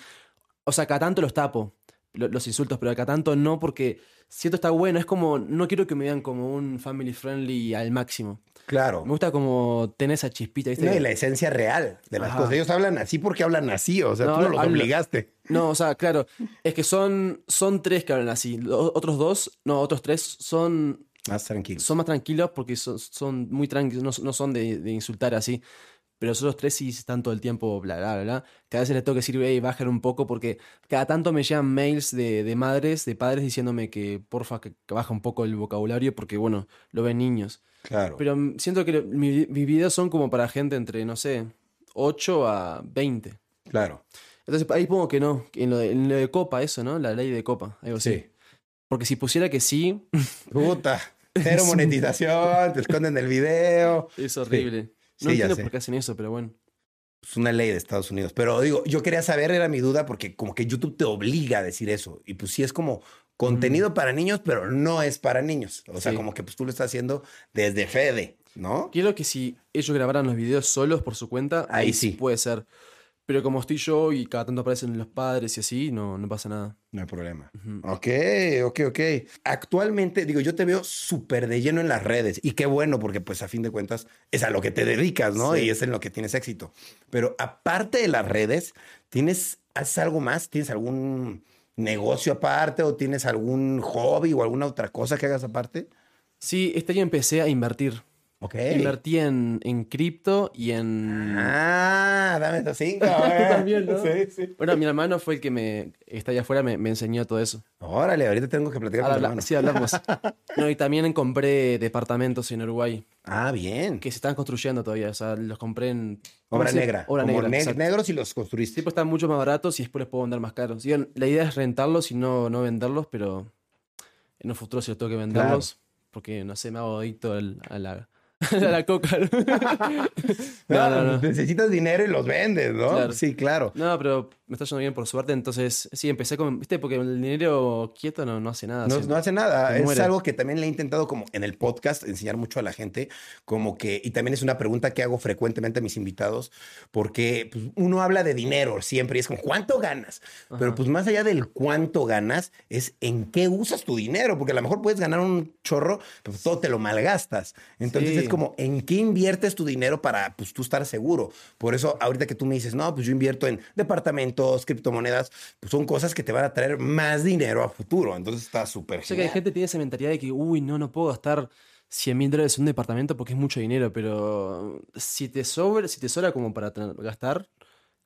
O sea, cada tanto los tapo, lo- los insultos, pero cada tanto no, porque siento está bueno, es como, no quiero que me vean como un family friendly al máximo. Claro. Me gusta como tener esa chispita, ¿viste? No, y la esencia real de las Ajá. cosas. Ellos hablan así porque hablan así. O sea, No, tú no los hablo- obligaste. No, o sea, claro, es que son, son tres que hablan así, Lo- otros dos, no, otros tres son, Más tranquilo. son más tranquilos porque son, son muy tranquilos, no, no son de, de insultar así. Pero los otros tres sí están todo el tiempo, bla, bla, bla, bla. Que a veces les tengo que decir, hey, bajen un poco porque cada tanto me llegan mails de, de madres, de padres diciéndome que porfa, que, que baja un poco el vocabulario porque, bueno, lo ven niños. Claro. Pero mm, siento que lo- mi- mis videos son como para gente entre, no sé, 8 a 20. claro. Entonces ahí pongo que no, que en lo de, en lo de copa, eso, ¿no? La ley de copa, algo así. Sí. Porque si pusiera que sí, Puta. Cero monetización, te esconden el video. es horrible. Sí, no ya entiendo sé. por qué hacen eso, pero bueno. Es una ley de Estados Unidos. Pero digo, yo quería saber, era mi duda, porque como que YouTube te obliga a decir eso. Y pues sí es como contenido para niños, pero no es para niños. O sea, Sí. como que pues tú lo estás haciendo desde Fede, ¿no? Quiero que si ellos grabaran los videos solos por su cuenta, Ahí sí. Puede ser. Pero como estoy yo y cada tanto aparecen los padres y así, no, no pasa nada. No hay problema. Ok, ok, ok. Actualmente, digo, yo te veo súper de lleno en las redes y qué bueno porque pues a fin de cuentas es a lo que te dedicas, ¿no? Sí. Y es en lo que tienes éxito. Pero aparte de las redes, ¿tienes, haces algo más? ¿Tienes algún negocio aparte o tienes algún hobby o alguna otra cosa que hagas aparte? Sí, este año empecé a invertir. Ok. Invertí en, en cripto y en... Ah, dame esos cinco. eh. Sí, sí. Bueno, mi hermano fue el que me está allá afuera, me, me enseñó todo eso. Órale, ahorita tengo que platicar Ahora con tu habla- hermano. sí, hablamos. No, y también compré departamentos en Uruguay Ah, bien. que se están construyendo todavía. O sea, los compré en. ¿cómo Obra se- negra. Obra Como negra. ne- exacto. negros y los construiste. Sí, pues están mucho más baratos y después los puedo vender más caros. Digo, la idea es rentarlos y no, no venderlos, pero en un futuro si los tengo que venderlos. Porque no sé, me hago adicto al- a, la, a la coca. ¿no? No, pues, No, no, no. Necesitas dinero y los vendes, ¿no? Claro. Sí, claro. No, pero me está yendo bien por suerte, entonces sí, empecé con, viste, porque el dinero quieto no, no hace nada. No, sí. no hace nada. se Es muere. algo que también le he intentado como en el podcast enseñar mucho a la gente, como que, y también es una pregunta que hago frecuentemente a mis invitados, porque pues, uno habla de dinero siempre y es como, ¿cuánto ganas? Pero pues más allá del cuánto ganas, es en qué usas tu dinero, porque a lo mejor puedes ganar un chorro, pero todo te lo malgastas. Entonces Sí. es como, ¿en qué inviertes tu dinero para pues, tú estar seguro? Por eso ahorita que tú me dices, no, pues yo invierto en departamentos, criptomonedas, pues son cosas que te van a traer más dinero a futuro. Entonces está súper Yo sé que hay genial. gente que tiene esa mentalidad de que, uy, no, no puedo gastar 100 mil dólares en un departamento porque es mucho dinero, pero si te sobra, si te sobra como para tener- gastar,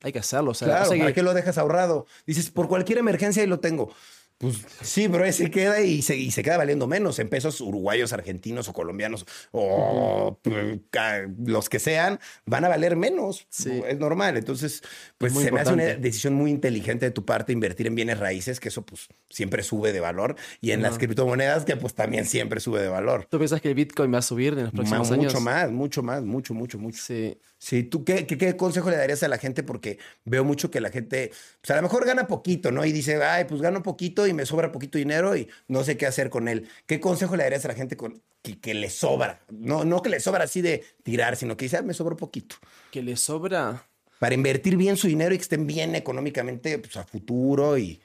hay que hacerlo. O sea, Claro, o sea ¿para que- qué lo dejas ahorrado? Dices, por cualquier emergencia ahí lo tengo. Pues sí, pero ahí se queda y se, y se queda valiendo menos en pesos uruguayos, argentinos o colombianos o p- ca- los que sean, van a valer menos. Sí. Es normal. Entonces, pues muy se me hace una importante. decisión muy inteligente de tu parte invertir en bienes raíces, que eso pues siempre sube de valor, y en las criptomonedas, que pues también siempre sube de valor. ¿Tú piensas que el Bitcoin va a subir en los Ma- próximos años? mucho más, mucho más, mucho, mucho, mucho. Sí. Sí, ¿tú qué, qué, qué consejo le darías a la gente? Porque veo mucho que la gente, pues a lo mejor gana poquito, ¿no? Y dice, ay, pues gano poquito y me sobra poquito dinero y no sé qué hacer con él. ¿Qué consejo le darías a la gente con, que, que le sobra? No, no que le sobra así de tirar, sino que dice, ah, me sobró poquito. ¿Que le sobra? Para invertir bien su dinero y que estén bien económicamente pues, a futuro y...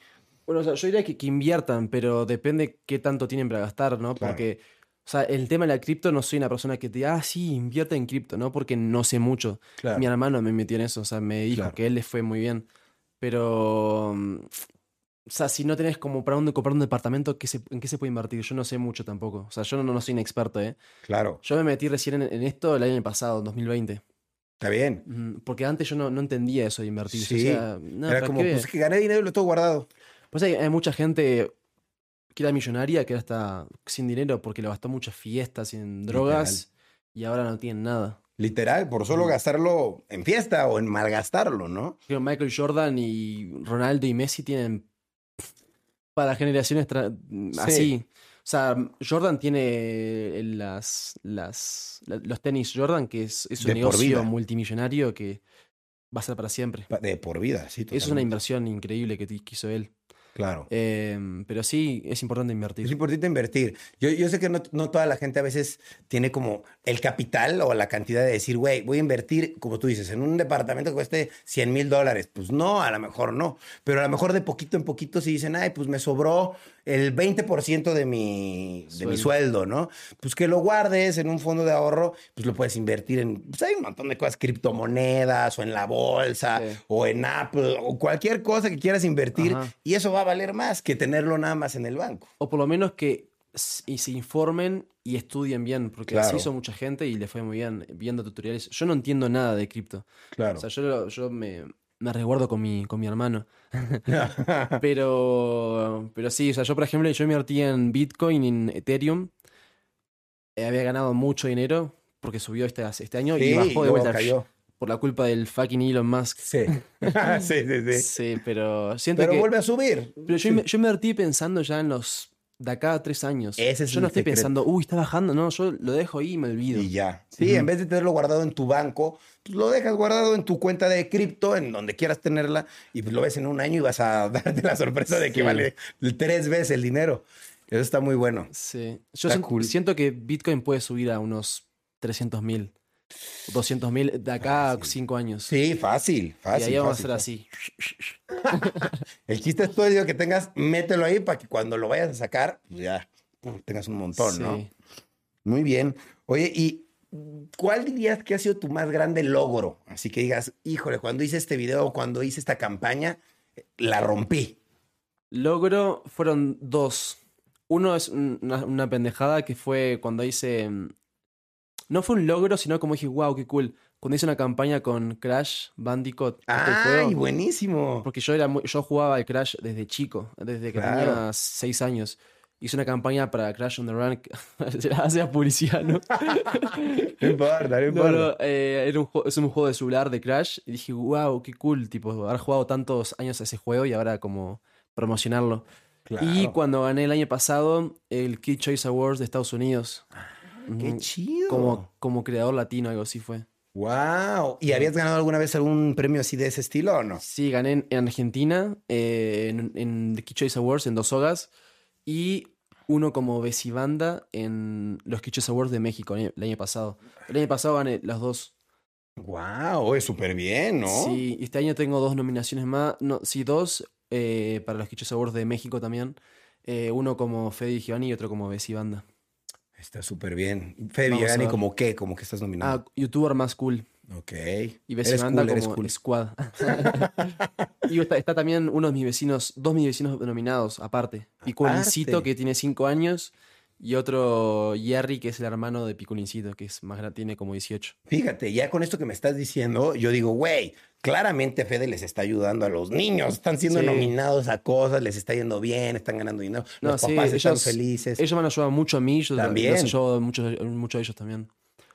Bueno, o sea, yo diría que, que inviertan, pero depende qué tanto tienen para gastar, ¿no? Claro. Porque, o sea, el tema de la cripto, no soy una persona que te diga, ah, sí, invierte en cripto, ¿no? Porque no sé mucho. Claro. Mi hermano me metió en eso, o sea, me dijo Claro. que él le fue muy bien. Pero, mm, o sea, si no tenés como para dónde comprar un departamento, ¿qué se- ¿en qué se puede invertir? Yo no sé mucho tampoco. O sea, yo no, no soy un experto, ¿eh? Claro, Yo me metí recién en, en esto el año pasado, en 2020. está bien. Mm, Porque antes yo no, no entendía eso de invertir. Yo Sí, decía, "No, Era ¿para como, qué?". pues que gané dinero y lo tengo guardado. Pues hay, hay mucha gente que era millonaria, que ahora está sin dinero porque le gastó muchas fiestas y en drogas y ahora no tienen nada. Literal, por solo gastarlo en fiesta o en malgastarlo, ¿no? Creo que Michael Jordan y Ronaldo y Messi tienen para generaciones tra- así. O sea, Jordan tiene el- las, las, la- los tenis Jordan, que es, es un De por vida. negocio multimillonario que va a ser para siempre. Pa- De por vida, Eso sí. es una totalmente. inversión increíble que, ti- que hizo él. Claro. Eh, pero sí, es importante invertir. Es importante invertir. Yo, yo sé que no, no toda la gente a veces tiene como el capital o la cantidad de decir, güey, voy a invertir, como tú dices, en un departamento que cueste 100 mil dólares. Pues no, a lo mejor no. Pero a lo mejor de poquito en poquito si dicen, ay, pues me sobró el 20% de mi, de mi Sueldo. sueldo, ¿no? Pues que lo guardes en un fondo de ahorro, pues lo puedes invertir en, pues hay un montón de cosas, criptomonedas o en la bolsa Sí. o en Apple o cualquier cosa que quieras invertir. Ajá. Y eso va a valer más que tenerlo nada más en el banco. O por lo menos que s- y se informen y estudien bien, porque Claro. así hizo mucha gente y le fue muy bien viendo tutoriales. Yo no entiendo nada de cripto. Claro. O sea, yo, lo- yo me, me resguardo con mi, con mi hermano. pero, pero sí, o sea, yo por ejemplo, yo invertí en Bitcoin, en Ethereum. Eh, había ganado mucho dinero porque subió este, este año Sí, y bajó de luego vuelta cayó. por la culpa del fucking Elon Musk. Sí. sí, sí, sí. Sí, pero siento Pero que... vuelve a subir. Pero yo, inve- yo invertí pensando ya en los de acá a tres años. Ese es yo no el estoy secreto. pensando, uy, está bajando. No, yo lo dejo ahí y me olvido. Y ya. Sí, en vez de tenerlo guardado en tu banco, pues lo dejas guardado en tu cuenta de cripto, en donde quieras tenerla, y pues lo ves en un año y vas a darte la sorpresa de que Sí. vale tres veces el dinero. Eso está muy bueno. Sí. Yo Está sien- cool. siento que Bitcoin puede subir a unos 300.000, 200.000 de acá a cinco años. Sí, fácil, fácil. y ahí vamos fácil, a fácil. hacer así. El chiste es todo el dinero que tengas, mételo ahí para que cuando lo vayas a sacar, pues ya pum, tengas un montón, ¿no? Sí. Muy bien. Oye, ¿y cuál dirías que ha sido tu más grande logro? Así que digas, híjole, cuando hice este video, cuando hice esta campaña, la rompí. Logro fueron dos. Uno es un- una, una pendejada que fue cuando hice. mm, No fue un logro, sino como dije, wow, qué cool. Cuando hice una campaña con Crash Bandicoot. este juego, ¡Ay, buenísimo! Porque yo, era muy- yo jugaba al Crash desde chico, desde que Claro. tenía seis años. Hice una campaña para Crash on the Run. Gracias, publicidad, ¿no? No importa, no No, importa. no, eh, era un juego, es un juego de celular de Crash. Y dije, wow, qué cool, tipo, haber jugado tantos años a ese juego y ahora como promocionarlo. Claro. Y cuando gané el año pasado el Kid Choice Awards de Estados Unidos. Ah, ¡Qué Ujú. chido! Como, como creador latino, algo así fue. ¡Wow! ¿Y habías ganado alguna vez algún premio así de ese estilo o no? Sí, gané en- en Argentina, eh, en, en The Kid Choice Awards, en dos hogas. Y uno como Besibanda en los Kid Choice Awards de México el año- el año pasado. El año pasado gané las dos. ¡Wow! Es súper bien, ¿no? Sí, y este año tengo dos nominaciones más. No, sí, dos eh, para los Quichos Awards de México también. Eh, uno como Fede y Giovanni y otro como Bessie Banda. Está súper bien. Fede Vamos a Villani, ver. ¿como qué? ¿Como que estás Ah, nominado? youtuber más cool. ok. Y Eres Bessie Banda cool, eres como cool. Squad. y está, está también uno de mis vecinos, dos de mis vecinos nominados aparte. Piculincito, Aparte. que tiene cinco años. Y otro Jerry, que es el hermano de Piculincito, que es más grande, tiene como 18. Fíjate, ya con esto que me estás diciendo, yo digo, güey, claramente Fede les está ayudando a los niños. Están siendo Sí. nominados a cosas, les está yendo bien, están ganando dinero. No, los sí, papás están ellos- felices. Ellos me han ayudado mucho a mí, yo También. los ayudo mucho, mucho a ellos también.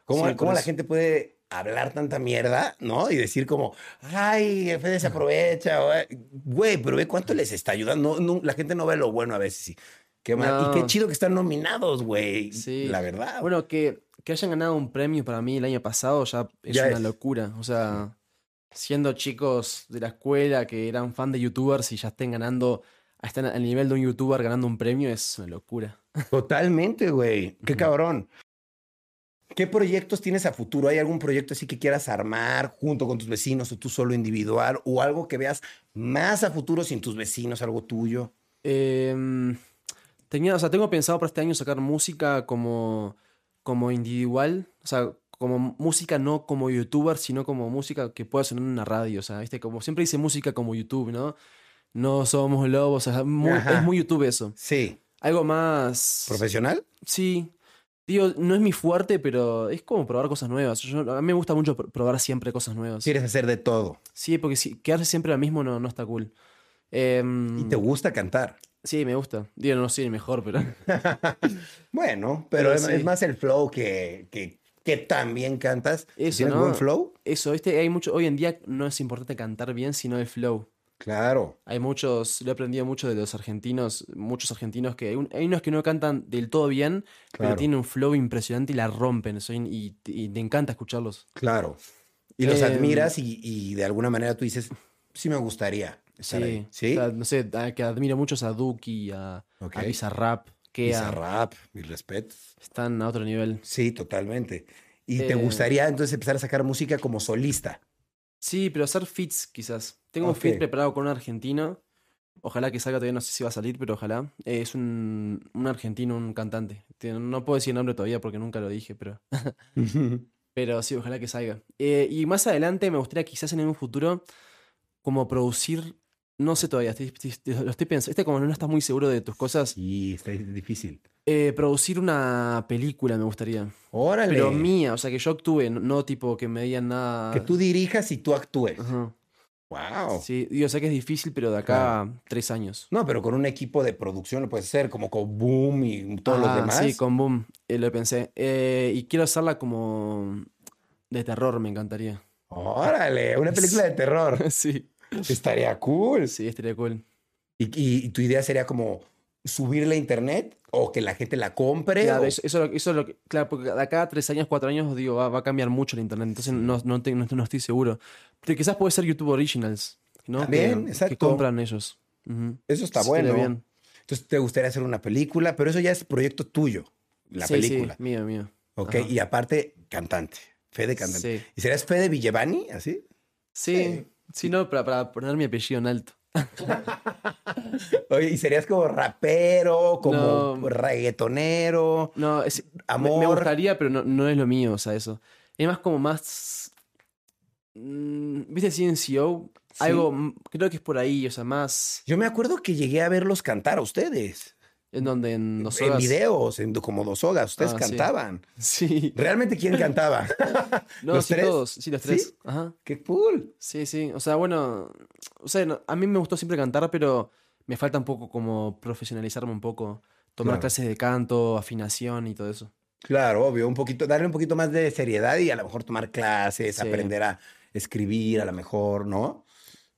¿Cómo, Sí, pues. por cómo la eso. gente puede hablar tanta mierda, no? Y decir como, ay, el Fede se aprovecha. o, eh, Güey, pero ve cuánto les está ayudando. No, no, la gente no ve lo bueno a veces. sí. Qué mal. No. Y qué chido que están nominados, güey. Sí. La verdad. Bueno, que, que hayan ganado un premio para mí el año pasado ya es Ya una es. locura. O sea, siendo chicos de la escuela que eran fan de youtubers y ya estén ganando, están al nivel de un youtuber ganando un premio, es una locura. Totalmente, güey. Qué Ujú. cabrón. ¿Qué proyectos tienes a futuro? ¿Hay algún proyecto así que quieras armar junto con tus vecinos o tú solo individual o algo que veas más a futuro sin tus vecinos, algo tuyo? Eh, tenía, o sea, tengo pensado para este año sacar música como, como individual, o sea, como música no como youtuber, sino como música que pueda sonar en una radio, o sea, ¿viste? Como siempre dice música como YouTube, ¿no? No somos lobos, o sea, muy- Ajá. es muy YouTube eso. Sí. Algo más. ¿Profesional? Sí. Digo, no es mi fuerte, pero es como probar cosas nuevas. Yo- a mí me gusta mucho pr- probar siempre cosas nuevas. Sí, Quieres hacer de todo. porque si, quedarse siempre lo mismo no, no está cool. Em, Y te gusta cantar. Sí, me gusta. Digo, no soy el mejor, pero. Bueno, pero Pero es, Pues sí. es más el flow que, que, que también cantas. Si Eso, ¿Tienes ¿no? buen flow? Eso, ¿viste? Hay mucho. Hoy en día no es importante cantar bien, sino el flow. Claro. Hay muchos. Lo he aprendido mucho de los argentinos. Muchos argentinos que. Hay, un- hay unos que no cantan del todo bien, Claro. pero tienen un flow impresionante y la rompen. Soy- y, y te encanta escucharlos. Claro. Y los Em, admiras y, y de alguna manera tú dices, sí me gustaría estar ahí". Sí, ¿Sí? o sea, no sé, a- que admiro mucho es a Duki, a, Ok. a Bizarrap, que a- rap, mi respeto. están a otro nivel. Sí, totalmente. Y te Eh, gustaría entonces empezar a sacar música como solista. Sí, pero hacer fits quizás. Tengo un Ok. fit preparado con un argentino. Ojalá que salga todavía, no sé si va a salir, pero ojalá. Eh, es un, un argentino, un cantante. Te- No puedo decir el nombre todavía porque nunca lo dije, pero, pero sí, ojalá que salga. Eh, y más adelante me gustaría quizás en un futuro como producir, no sé todavía, estoy- estoy- lo estoy pensando, este como no estás muy seguro de tus cosas, Sí, está difícil. eh, producir una película me gustaría. Órale. Pero mía, o sea, que yo actúe, no, no tipo que me digan nada. Que tú Oh. dirijas y tú actúes. Ajá. Wow. Sí, yo sé que es difícil, pero de acá a tres años. No, pero con un equipo de producción lo puedes hacer, como con Boom y todos Ah, los demás. Sí, con Boom, eh, lo pensé. Eh, y quiero hacerla como de terror, me encantaría. Órale, una película de terror. sí, Estaría cool. sí, estaría cool. Y, y- y tu idea sería como subirla a internet o que la gente la compre. Claro, o- eso, eso es lo- eso es lo que- claro, porque de acá a tres años, cuatro años, digo, va, va a cambiar mucho el internet, entonces no, no, te- no- no estoy seguro. Pero quizás puede ser YouTube Originals, ¿no? También, Que- que, exacto. compran ellos. Ujú. Eso está Eso bueno. estaría bien. Entonces te gustaría hacer una película, pero eso ya es proyecto tuyo, la Sí, película. Sí, mío, mío. Ok, Ajá. y aparte, cantante. Fede cantante. Sí. ¿Y serás Fede Villevani? ¿Así? Sí, sí, no, para, para poner mi apellido en alto. Oye, ¿y serías como rapero, como No. reggaetonero? No, es, me- Amor. Me, gustaría, pero no, no es lo mío, o sea, eso. Es más como más. mm, ¿Viste CNCO? Sí. Algo, mm, creo que es por ahí, o sea, más. Yo me acuerdo que llegué a verlos cantar a ustedes. ¿En donde? ¿En dos En horas? videos, en, como dos sogas. Ustedes Ah, sí. cantaban. Sí. ¿Realmente quién cantaba? No, ¿Los sí, tres? todos. Sí, los ¿Sí? tres. Ajá. ¡Qué cool! Sí, sí. O sea, bueno. O sea, no- a mí me gustó siempre cantar, pero me falta un poco como profesionalizarme un poco. Tomar Claro. clases de canto, afinación y todo eso. Claro, obvio, un poquito, darle un poquito más de seriedad y a lo mejor tomar clases, Sí. aprender a escribir, a lo mejor, ¿no?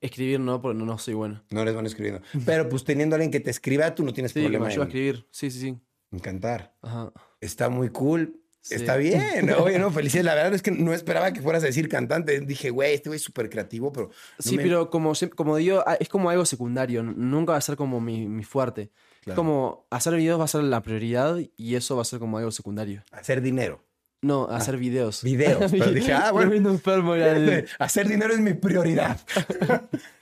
Escribir no, porque no, no soy bueno. No les van escribiendo. Pero pues teniendo a alguien que te escriba, tú no tienes Sí, que me problema ayuda a en, escribir. Sí, sí, sí. en cantar. Ajá. Está muy cool. Sí. Está bien. Oye, no, felicidades. La verdad es que no esperaba que fueras a decir cantante. Dije, güey, este güey es súper creativo, pero. no Sí, me- pero como, siem- como digo, a- es como algo secundario, n- nunca va a ser como mi, mi fuerte. Es Claro. como hacer videos va a ser la prioridad y eso va a ser como algo secundario. Hacer dinero. No, hacer videos. Ah, Videos. Pero dije, ah, bueno. Tremendo enfermo era el- Hacer dinero es mi prioridad.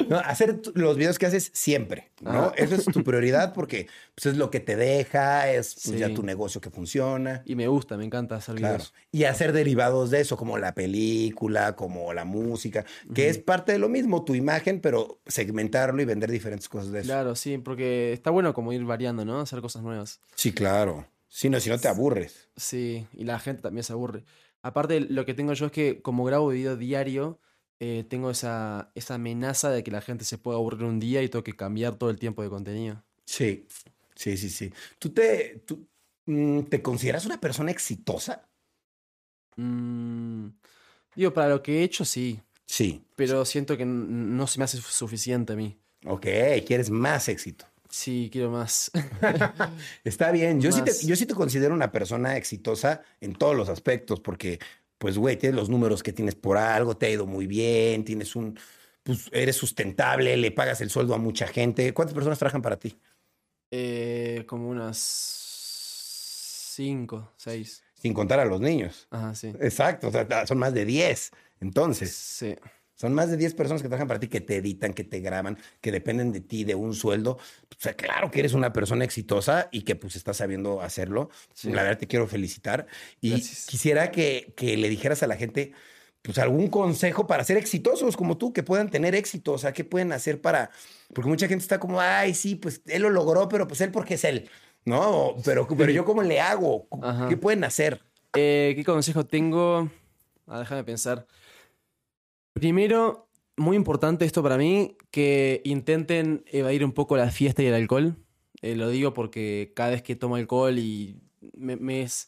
No, hacer tu- los videos que haces siempre, ¿no? Ah. Eso es tu prioridad porque pues, es lo que te deja, es pues, Sí. ya tu negocio que funciona. Y me gusta, me encanta hacer Claro. videos. Y hacer derivados de eso, como la película, como la música, que es parte de lo mismo, tu imagen, pero segmentarlo y vender diferentes cosas de eso. Claro, sí, porque está bueno como ir variando, ¿no? Hacer cosas nuevas. Sí, claro. Si no, si no te aburres. Sí, y la gente también se aburre. Aparte, lo que tengo yo es que como grabo video diario, eh, tengo esa, esa amenaza de que la gente se pueda aburrir un día y tengo que cambiar todo el tiempo de contenido. Sí, sí, sí, sí. ¿Tú te, tú, mm, ¿te consideras una persona exitosa? Mm, digo, para lo que he hecho, sí. Sí. Pero siento que n- no se me hace su- suficiente a mí. Ok, quieres más éxito. Sí, quiero más. Está bien. Yo sí, te, Más. yo sí te considero una persona exitosa en todos los aspectos, porque, pues, güey, tienes los números que tienes por algo, te ha ido muy bien, tienes un. Pues eres sustentable, le pagas el sueldo a mucha gente. ¿Cuántas personas trabajan para ti? Eh, como unas cinco, seis. Sin contar a los niños. Ajá, sí. Exacto, o sea, son más de 10. Entonces, Sí. son más de 10 personas que trabajan para ti, que te editan, que te graban, que dependen de ti, de un sueldo. O sea, claro que eres una persona exitosa y que pues estás sabiendo hacerlo. Sí. La verdad te quiero felicitar. Y Gracias. quisiera que, que le dijeras a la gente pues algún consejo para ser exitosos como tú, que puedan tener éxito. O sea, ¿qué pueden hacer para...? Porque mucha gente está como, ay, sí, pues él lo logró, pero pues él porque es él. No, pero, pero yo cómo le hago? Ajá. ¿Qué pueden hacer? Eh, ¿qué consejo tengo? Ah, déjame pensar. Primero, muy importante esto para mí, que intenten evadir un poco la fiesta y el alcohol. Eh, lo digo porque cada vez que tomo alcohol y me, me, es-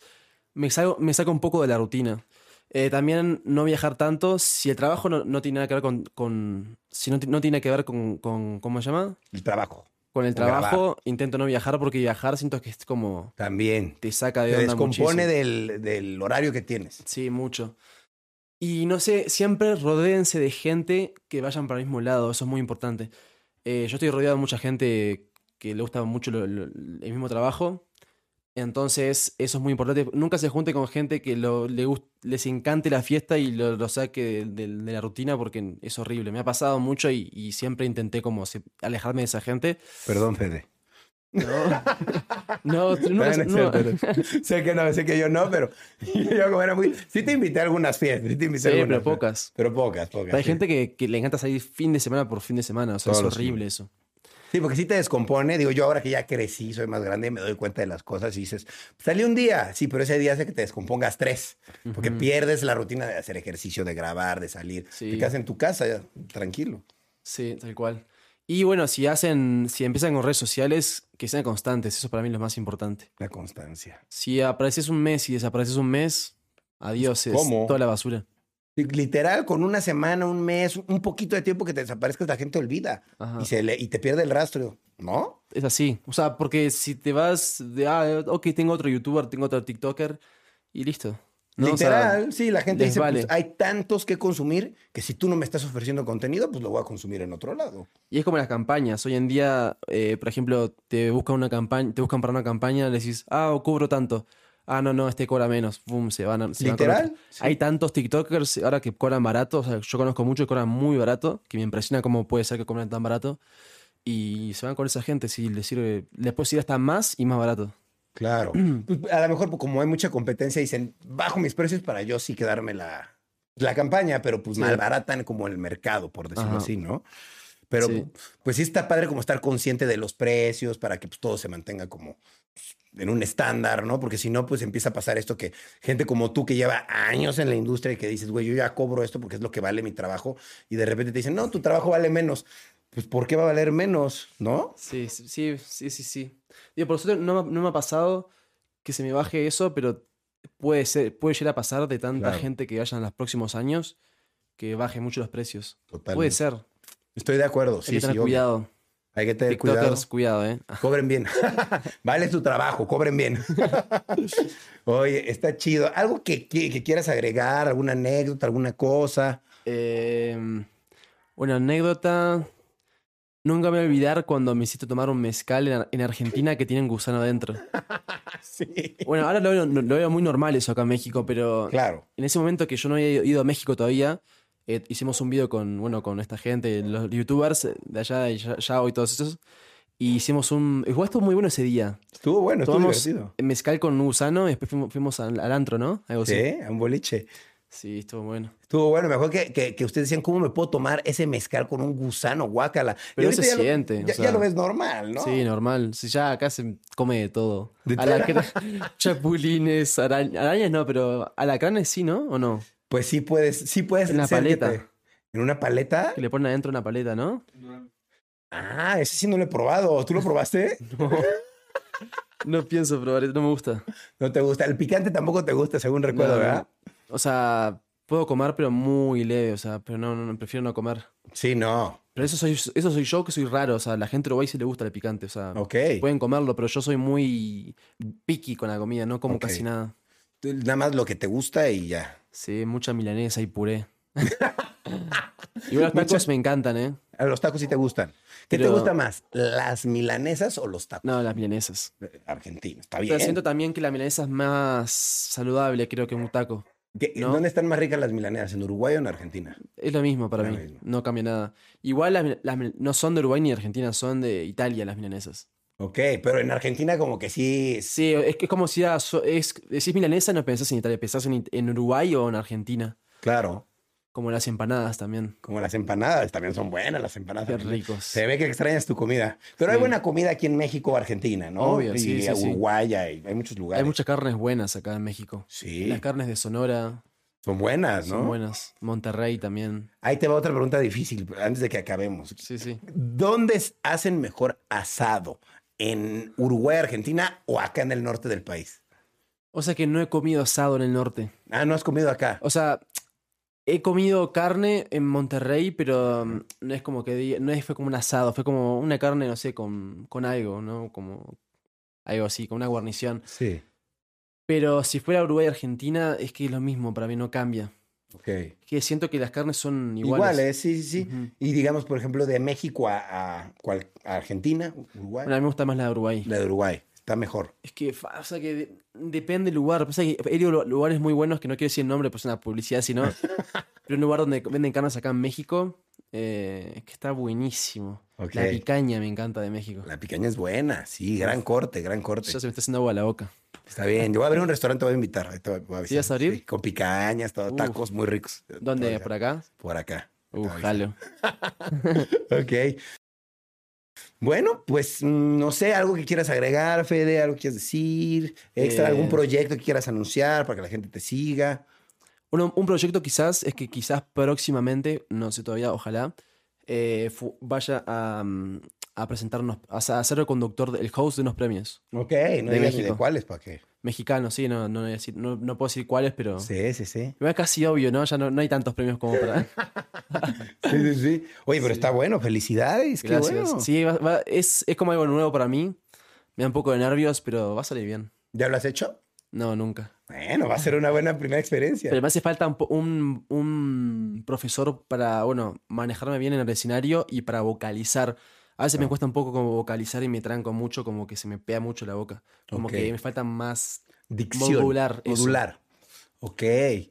me, salgo- me saco un poco de la rutina. Eh, también no viajar tanto. Si el trabajo no, no tiene nada que ver con. con- si no, ti- no tiene que ver con, con- ¿Cómo se llama? El trabajo. Con el Con grabar. trabajo, intento no viajar porque viajar siento que es como. También. Te saca de Te onda descompone muchísimo. del, del horario que tienes. Sí, mucho. Y no sé, siempre rodéense de gente que vayan para el mismo lado, eso es muy importante. Eh, yo estoy rodeado de mucha gente que le gusta mucho lo- lo- el mismo trabajo, entonces eso es muy importante. Nunca se junte con gente que lo- le gust- les encante la fiesta y lo, lo saque de, de- de la rutina porque es horrible. Me ha pasado mucho y, y siempre intenté como se- alejarme de esa gente. Perdón, Fede. No, no, nunca se- No, no no. eh, es cierto. sé que no, sé que yo no, pero yo como era muy... Sí te invité a algunas fiestas, sí te invité Sí, a algunas pero fiestas. pocas. Pero pocas, pocas. Pero hay sí. gente que, que le encanta salir fin de semana por fin de semana, o sea, Todos es los horrible eso. Sí, porque sí te descompone. Digo, yo ahora que ya crecí, soy más grande, me doy cuenta de las cosas y dices, salí un día, sí, pero ese día hace que te descompongas tres, porque pierdes la rutina de hacer ejercicio, de grabar, de salir. Sí. Te quedas en tu casa, ya, tranquilo. Sí, tal cual. Y bueno, si hacen, si empiezan con redes sociales, que sean constantes, eso para mí es lo más importante. La constancia. Si apareces un mes y desapareces un mes, adiós, es ¿Cómo? toda la basura. Literal, con una semana, un mes, un poquito de tiempo que te desaparezcas, la gente olvida Ajá. y, se le- y te pierde el rastro, ¿no? Es así. O sea, porque si te vas de, ah, ok, tengo otro youtuber, tengo otro TikToker y listo. ¿No? O sea, Literal, sí, la gente les dice, vale. pues hay tantos que consumir que si tú no me estás ofreciendo contenido, pues lo voy a consumir en otro lado. y es como las campañas. Hoy en día, eh, por ejemplo, te buscan una campaña, te buscan para una campaña, le decís, ah, cubro tanto. Ah, no, no, este cobra menos. Boom, se van a. se van con Literal, otro. sí. Hay tantos TikTokers ahora que cobran barato. O sea, yo conozco muchos que cobran muy barato, que me impresiona cómo puede ser que cobran tan barato. Y se van con esa gente si les sirve. Les puede ir hasta más y más barato. Claro. Pues, a lo mejor, pues, como hay mucha competencia, dicen, bajo mis precios para yo sí quedarme la, la campaña, pero pues Sí. malbaratan como el mercado, por decirlo Ajá. así, ¿no? Pero Sí. pues sí está padre como estar consciente de los precios para que pues, todo se mantenga como pues, en un estándar, ¿no? Porque si no, pues empieza a pasar esto que gente como tú que lleva años en la industria y que dices, güey, yo ya cobro esto porque es lo que vale mi trabajo y de repente te dicen, no, tu trabajo vale menos. Pues, ¿por qué va a valer menos? ¿No? Sí, sí, sí, sí, sí, sí. Digo, por suerte no, me- no me ha pasado que se me baje eso, pero puede ser, puede llegar a pasar de tanta Claro. gente que vaya en los próximos años que baje mucho los precios. Totalmente. Puede ser. Estoy de acuerdo. Hay que Sí, tener sí, obvio. cuidado. Hay que tener cuidado. TikTokers, cuidado, eh. Cobren bien. vale tu trabajo, cobren bien. Oye, está chido. ¿Algo que, qui- que quieras agregar? ¿Alguna anécdota? ¿Alguna cosa? Eh, una anécdota. Nunca me voy a olvidar cuando me hiciste tomar un mezcal en, en Argentina que tienen gusano adentro. Ah, Sí. Bueno, ahora lo veo, lo veo muy normal eso acá en México, pero Claro. En ese momento que yo no había ido a México todavía, eh, hicimos un video con, bueno, con esta gente, los youtubers eh, de allá, y Ya- Yao y todos esos. Y hicimos un... Igual estuvo muy bueno ese día. Estuvo bueno, estuvo Tomamos divertido. mezcal con un gusano y después fuimos, fuimos al, al antro, ¿no? Algo así. Sí, a un boliche. Sí, estuvo bueno. Estuvo bueno. Mejor que, que, que ustedes decían, ¿cómo me puedo tomar ese mezcal con un gusano? Guácala. Y Pero ahorita se ya lo- siente, o ya, sea. ya lo ves normal, ¿no? Sí, normal. Si ya acá se come de todo. Alacra- chapulines, arañ- arañas no, pero alacranes sí, ¿no? ¿O no? Pues sí puedes, sí puedes. En una ser que paleta. te- ¿En una paleta? Que le ponen adentro una paleta, ¿no? Ah, ese sí no lo he probado. ¿Tú lo probaste? No, no pienso probar, eso, no me gusta. No te gusta. El picante tampoco te gusta, según recuerdo, No, no. ¿verdad? O sea, puedo comer, pero muy leve, o sea, pero no, no, no, prefiero no comer. Sí, no. Pero eso soy, eso soy yo, que soy raro, o sea, la gente lo ve y se le gusta el picante, o sea, Ok. pueden comerlo, pero yo soy muy picky con la comida, no como Ok. casi nada. Tú Nada más lo que te gusta y ya. Sí, mucha milanesa y puré. y los Mucha- tacos me encantan, ¿eh? A los tacos sí te gustan. ¿Qué te Pero- gusta más? ¿Las milanesas o los tacos No, las milanesas. argentinos? Está bien. Pero siento también que la milanesa es más saludable, creo que un taco. ¿Qué- ¿no? ¿Dónde están más ricas las milanesas? ¿En Uruguay o en Argentina? Es lo mismo para Lo mí, mismo. no cambia nada. Igual las, mil- las mil- no son de Uruguay ni de Argentina, son de Italia las milanesas. Ok, pero en Argentina como que sí. es- Sí, es que es como si era so- es, decís milanesa, no pensás en Italia, pensás en, It- en Uruguay o en Argentina. Claro. Como las empanadas también. Como las empanadas. También son buenas las empanadas. Qué argentinas. ricos. Se ve que extrañas tu comida. Pero hay Sí. buena comida aquí en México, Argentina, ¿no? Obvio, sí, y sí, sí. Uruguaya. y hay muchos lugares. Hay muchas carnes buenas acá en México. eh. Sí, Las carnes de Sonora son buenas, ¿no? son buenas. Monterrey también. Ahí te va otra pregunta difícil antes de que acabemos. Sí, sí. ¿Dónde s- hacen mejor asado? ¿En Uruguay, Argentina o acá en el norte del país? O sea que no he comido asado en el norte. Ah, no has comido acá. O sea, he comido carne en Monterrey, pero um, no es como que diga- no es, fue como un asado, fue como una carne, no sé, con, con algo, ¿no? Como algo así, con una guarnición. Sí. Pero si fuera Uruguay Argentina, es que es lo mismo, para mí no cambia. Ok. Es que siento que las carnes son iguales. Igual, ¿eh? sí, sí, sí. Ujú. Y digamos, por ejemplo, de México a, a cual- a Argentina, Uruguay. Bueno, a mí me gusta más la de Uruguay. La de Uruguay, está mejor. Es que, fa- o sea, que de- depende del lugar. Pasa que he ido a lu- lugares muy buenos que no quiero decir el nombre, pues es una publicidad, sino. pero un lugar donde venden carnes acá en México, eh, que está buenísimo. Ok. La picaña me encanta de México. La picaña es buena, sí, gran corte, gran corte. Ya se me está haciendo agua la boca. Está bien, yo voy a abrir un restaurante, te voy a invitar. ahí te voy- voy ¿Sí vas a avisar. abrir? Sí, con picañas, todo, Uf. tacos muy ricos. ¿Dónde? ¿Por acá? Por acá. Uh, Ahí está. jalo. Ok. Bueno, pues mm, no sé, algo que quieras agregar, Fede, algo que quieras decir, extra, Eh. algún proyecto que quieras anunciar para que la gente te siga. Uno- un proyecto quizás es que quizás próximamente, no sé todavía, ojalá, eh, fu- vaya a, mm, a presentarnos, a, sa- a ser el conductor, el host de unos premios. Ok, no De digas ni de México. cuáles, para que. mexicanos, sí, no, no, voy a decir- no- no puedo decir cuáles, pero... Sí, sí, sí. Igual Es casi obvio, ¿no? Ya no, no hay tantos premios como para... Sí, sí, sí. Oye, pero está bueno, felicidades. Qué Gracias. bueno. Sí, va- va- es, es como algo nuevo para mí. Me da un poco de nervios, pero va a salir bien. ¿Ya lo has hecho? No, nunca. Bueno, va a ser una buena primera experiencia. Pero me hace falta un, po- un- un profesor para, bueno, manejarme bien en el escenario y para vocalizar. A veces me cuesta un poco como vocalizar y me tranco mucho, como que se me pega mucho la boca. Como Ok. que me falta más... Dicción. modular eso. Modular. Ok.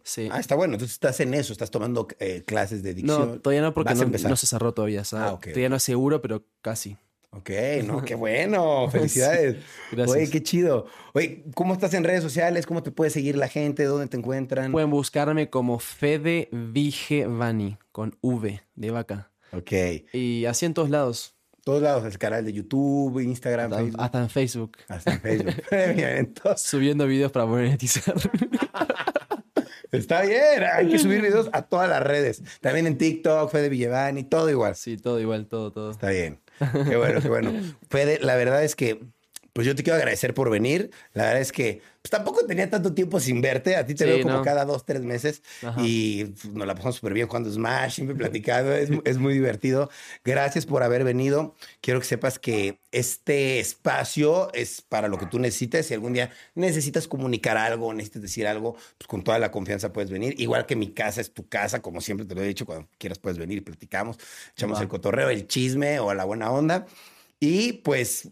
Sí. Ah, está bueno. Entonces estás en eso, estás tomando eh, clases de dicción. No, todavía no porque Vas a no, empezar. no se cerró todavía. ¿sabes? Ah, ok. Todavía no es seguro, pero casi. Ok, no, qué bueno. Felicidades. gracias. Oye, qué chido. Oye, ¿cómo estás en redes sociales? ¿Cómo te puede seguir la gente? ¿Dónde te encuentran? Pueden buscarme como Fede Vigevani, con V de vaca. Ok. Y así en todos lados. Todos lados, el canal de YouTube, Instagram, Hasta, Facebook. hasta en Facebook. Hasta en Facebook. Bien, entonces, Subiendo videos para monetizar. está bien, hay que subir videos a todas las redes. También en TikTok, Fede Villevani, todo igual. sí, todo igual, todo, todo. Está bien. Qué bueno, qué bueno. Fede, la verdad es que, pues yo te quiero agradecer por venir. La verdad es que pues, tampoco tenía tanto tiempo sin verte. A ti te Sí, veo como no. cada dos, tres meses Ajá. y pues, nos la pasamos súper bien jugando Smash, siempre platicando. es, es muy divertido. Gracias por haber venido. Quiero que sepas que este espacio es para lo que tú necesites. Si algún día necesitas comunicar algo, necesitas decir algo, pues con toda la confianza puedes venir. Igual que mi casa es tu casa, como siempre te lo he dicho, cuando quieras puedes venir, platicamos, echamos Va. el cotorreo, el chisme o la buena onda. Y pues,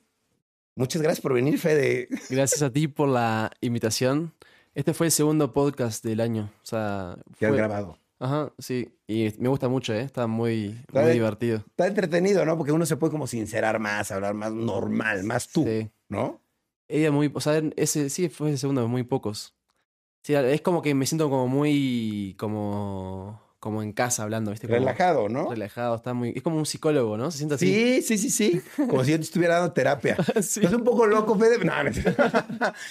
muchas gracias por venir, Fede. Gracias a ti por la invitación. Este fue el segundo podcast del año. O sea, Ya has fue- grabado. Ajá, sí. Y me gusta mucho, ¿eh? Está muy, Está muy bien. divertido. Está entretenido, ¿no? Porque uno se puede como sincerar más, hablar más normal, más tú, Sí. ¿no? Ella muy, o sea, ese, sí, fue el segundo, muy pocos. Sí, es como que me siento como muy, como, como en casa hablando, ¿viste? Como Relajado, ¿no? Relajado, está muy, es como un psicólogo, ¿no? Se siente así. Sí, sí, sí, sí. Como si yo te estuviera dando terapia. Sí. Estás un poco loco, Fede. No, no.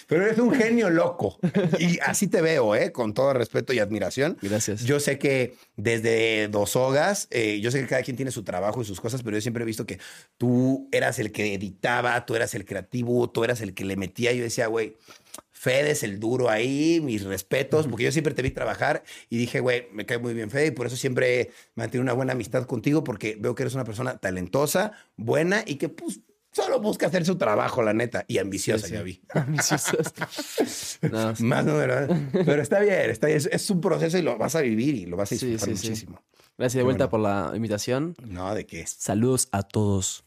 Pero eres un genio loco. Y así te veo, ¿eh? Con todo respeto y admiración. Gracias. Yo sé que desde Dos Hogas, eh, yo sé que cada quien tiene su trabajo y sus cosas, pero yo siempre he visto que tú eras el que editaba, tú eras el creativo, tú eras el que le metía. Yo decía, güey, Fede es el duro ahí, mis respetos, porque yo siempre te vi trabajar y dije, güey, me cae muy bien Fede y por eso siempre mantengo una buena amistad contigo porque veo que eres una persona talentosa, buena y que pues solo busca hacer su trabajo, la neta, y ambiciosa, Sí, sí. ya vi. Ambiciosas. No, sí. Más no, ¿verdad? pero está bien, está bien. Es, es un proceso y lo vas a vivir y lo vas a Sí, sí, disfrutar sí. muchísimo. Gracias de vuelta por la invitación. No, ¿de qué? Saludos a todos.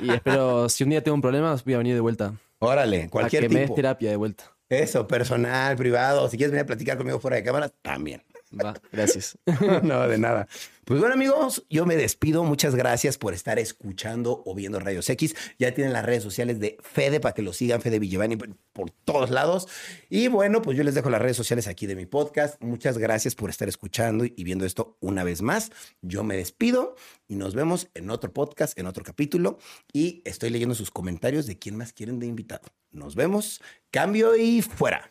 Y espero, si un día tengo un problema, voy a venir de vuelta. Órale, a cualquier que me des tipo. terapia de vuelta. Eso, personal, privado. Si quieres venir a platicar conmigo fuera de cámara, también. Va, gracias. no, de nada. Pues bueno, amigos, yo me despido. Muchas gracias por estar escuchando o viendo Rayos X. Ya tienen las redes sociales de Fede para que lo sigan, Fede Villevani, por- por todos lados. Y bueno, pues yo les dejo las redes sociales aquí de mi podcast. Muchas gracias por estar escuchando y viendo esto una vez más. Yo me despido y nos vemos en otro podcast, en otro capítulo. Y estoy leyendo sus comentarios de quién más quieren de invitado. Nos vemos. Cambio y fuera.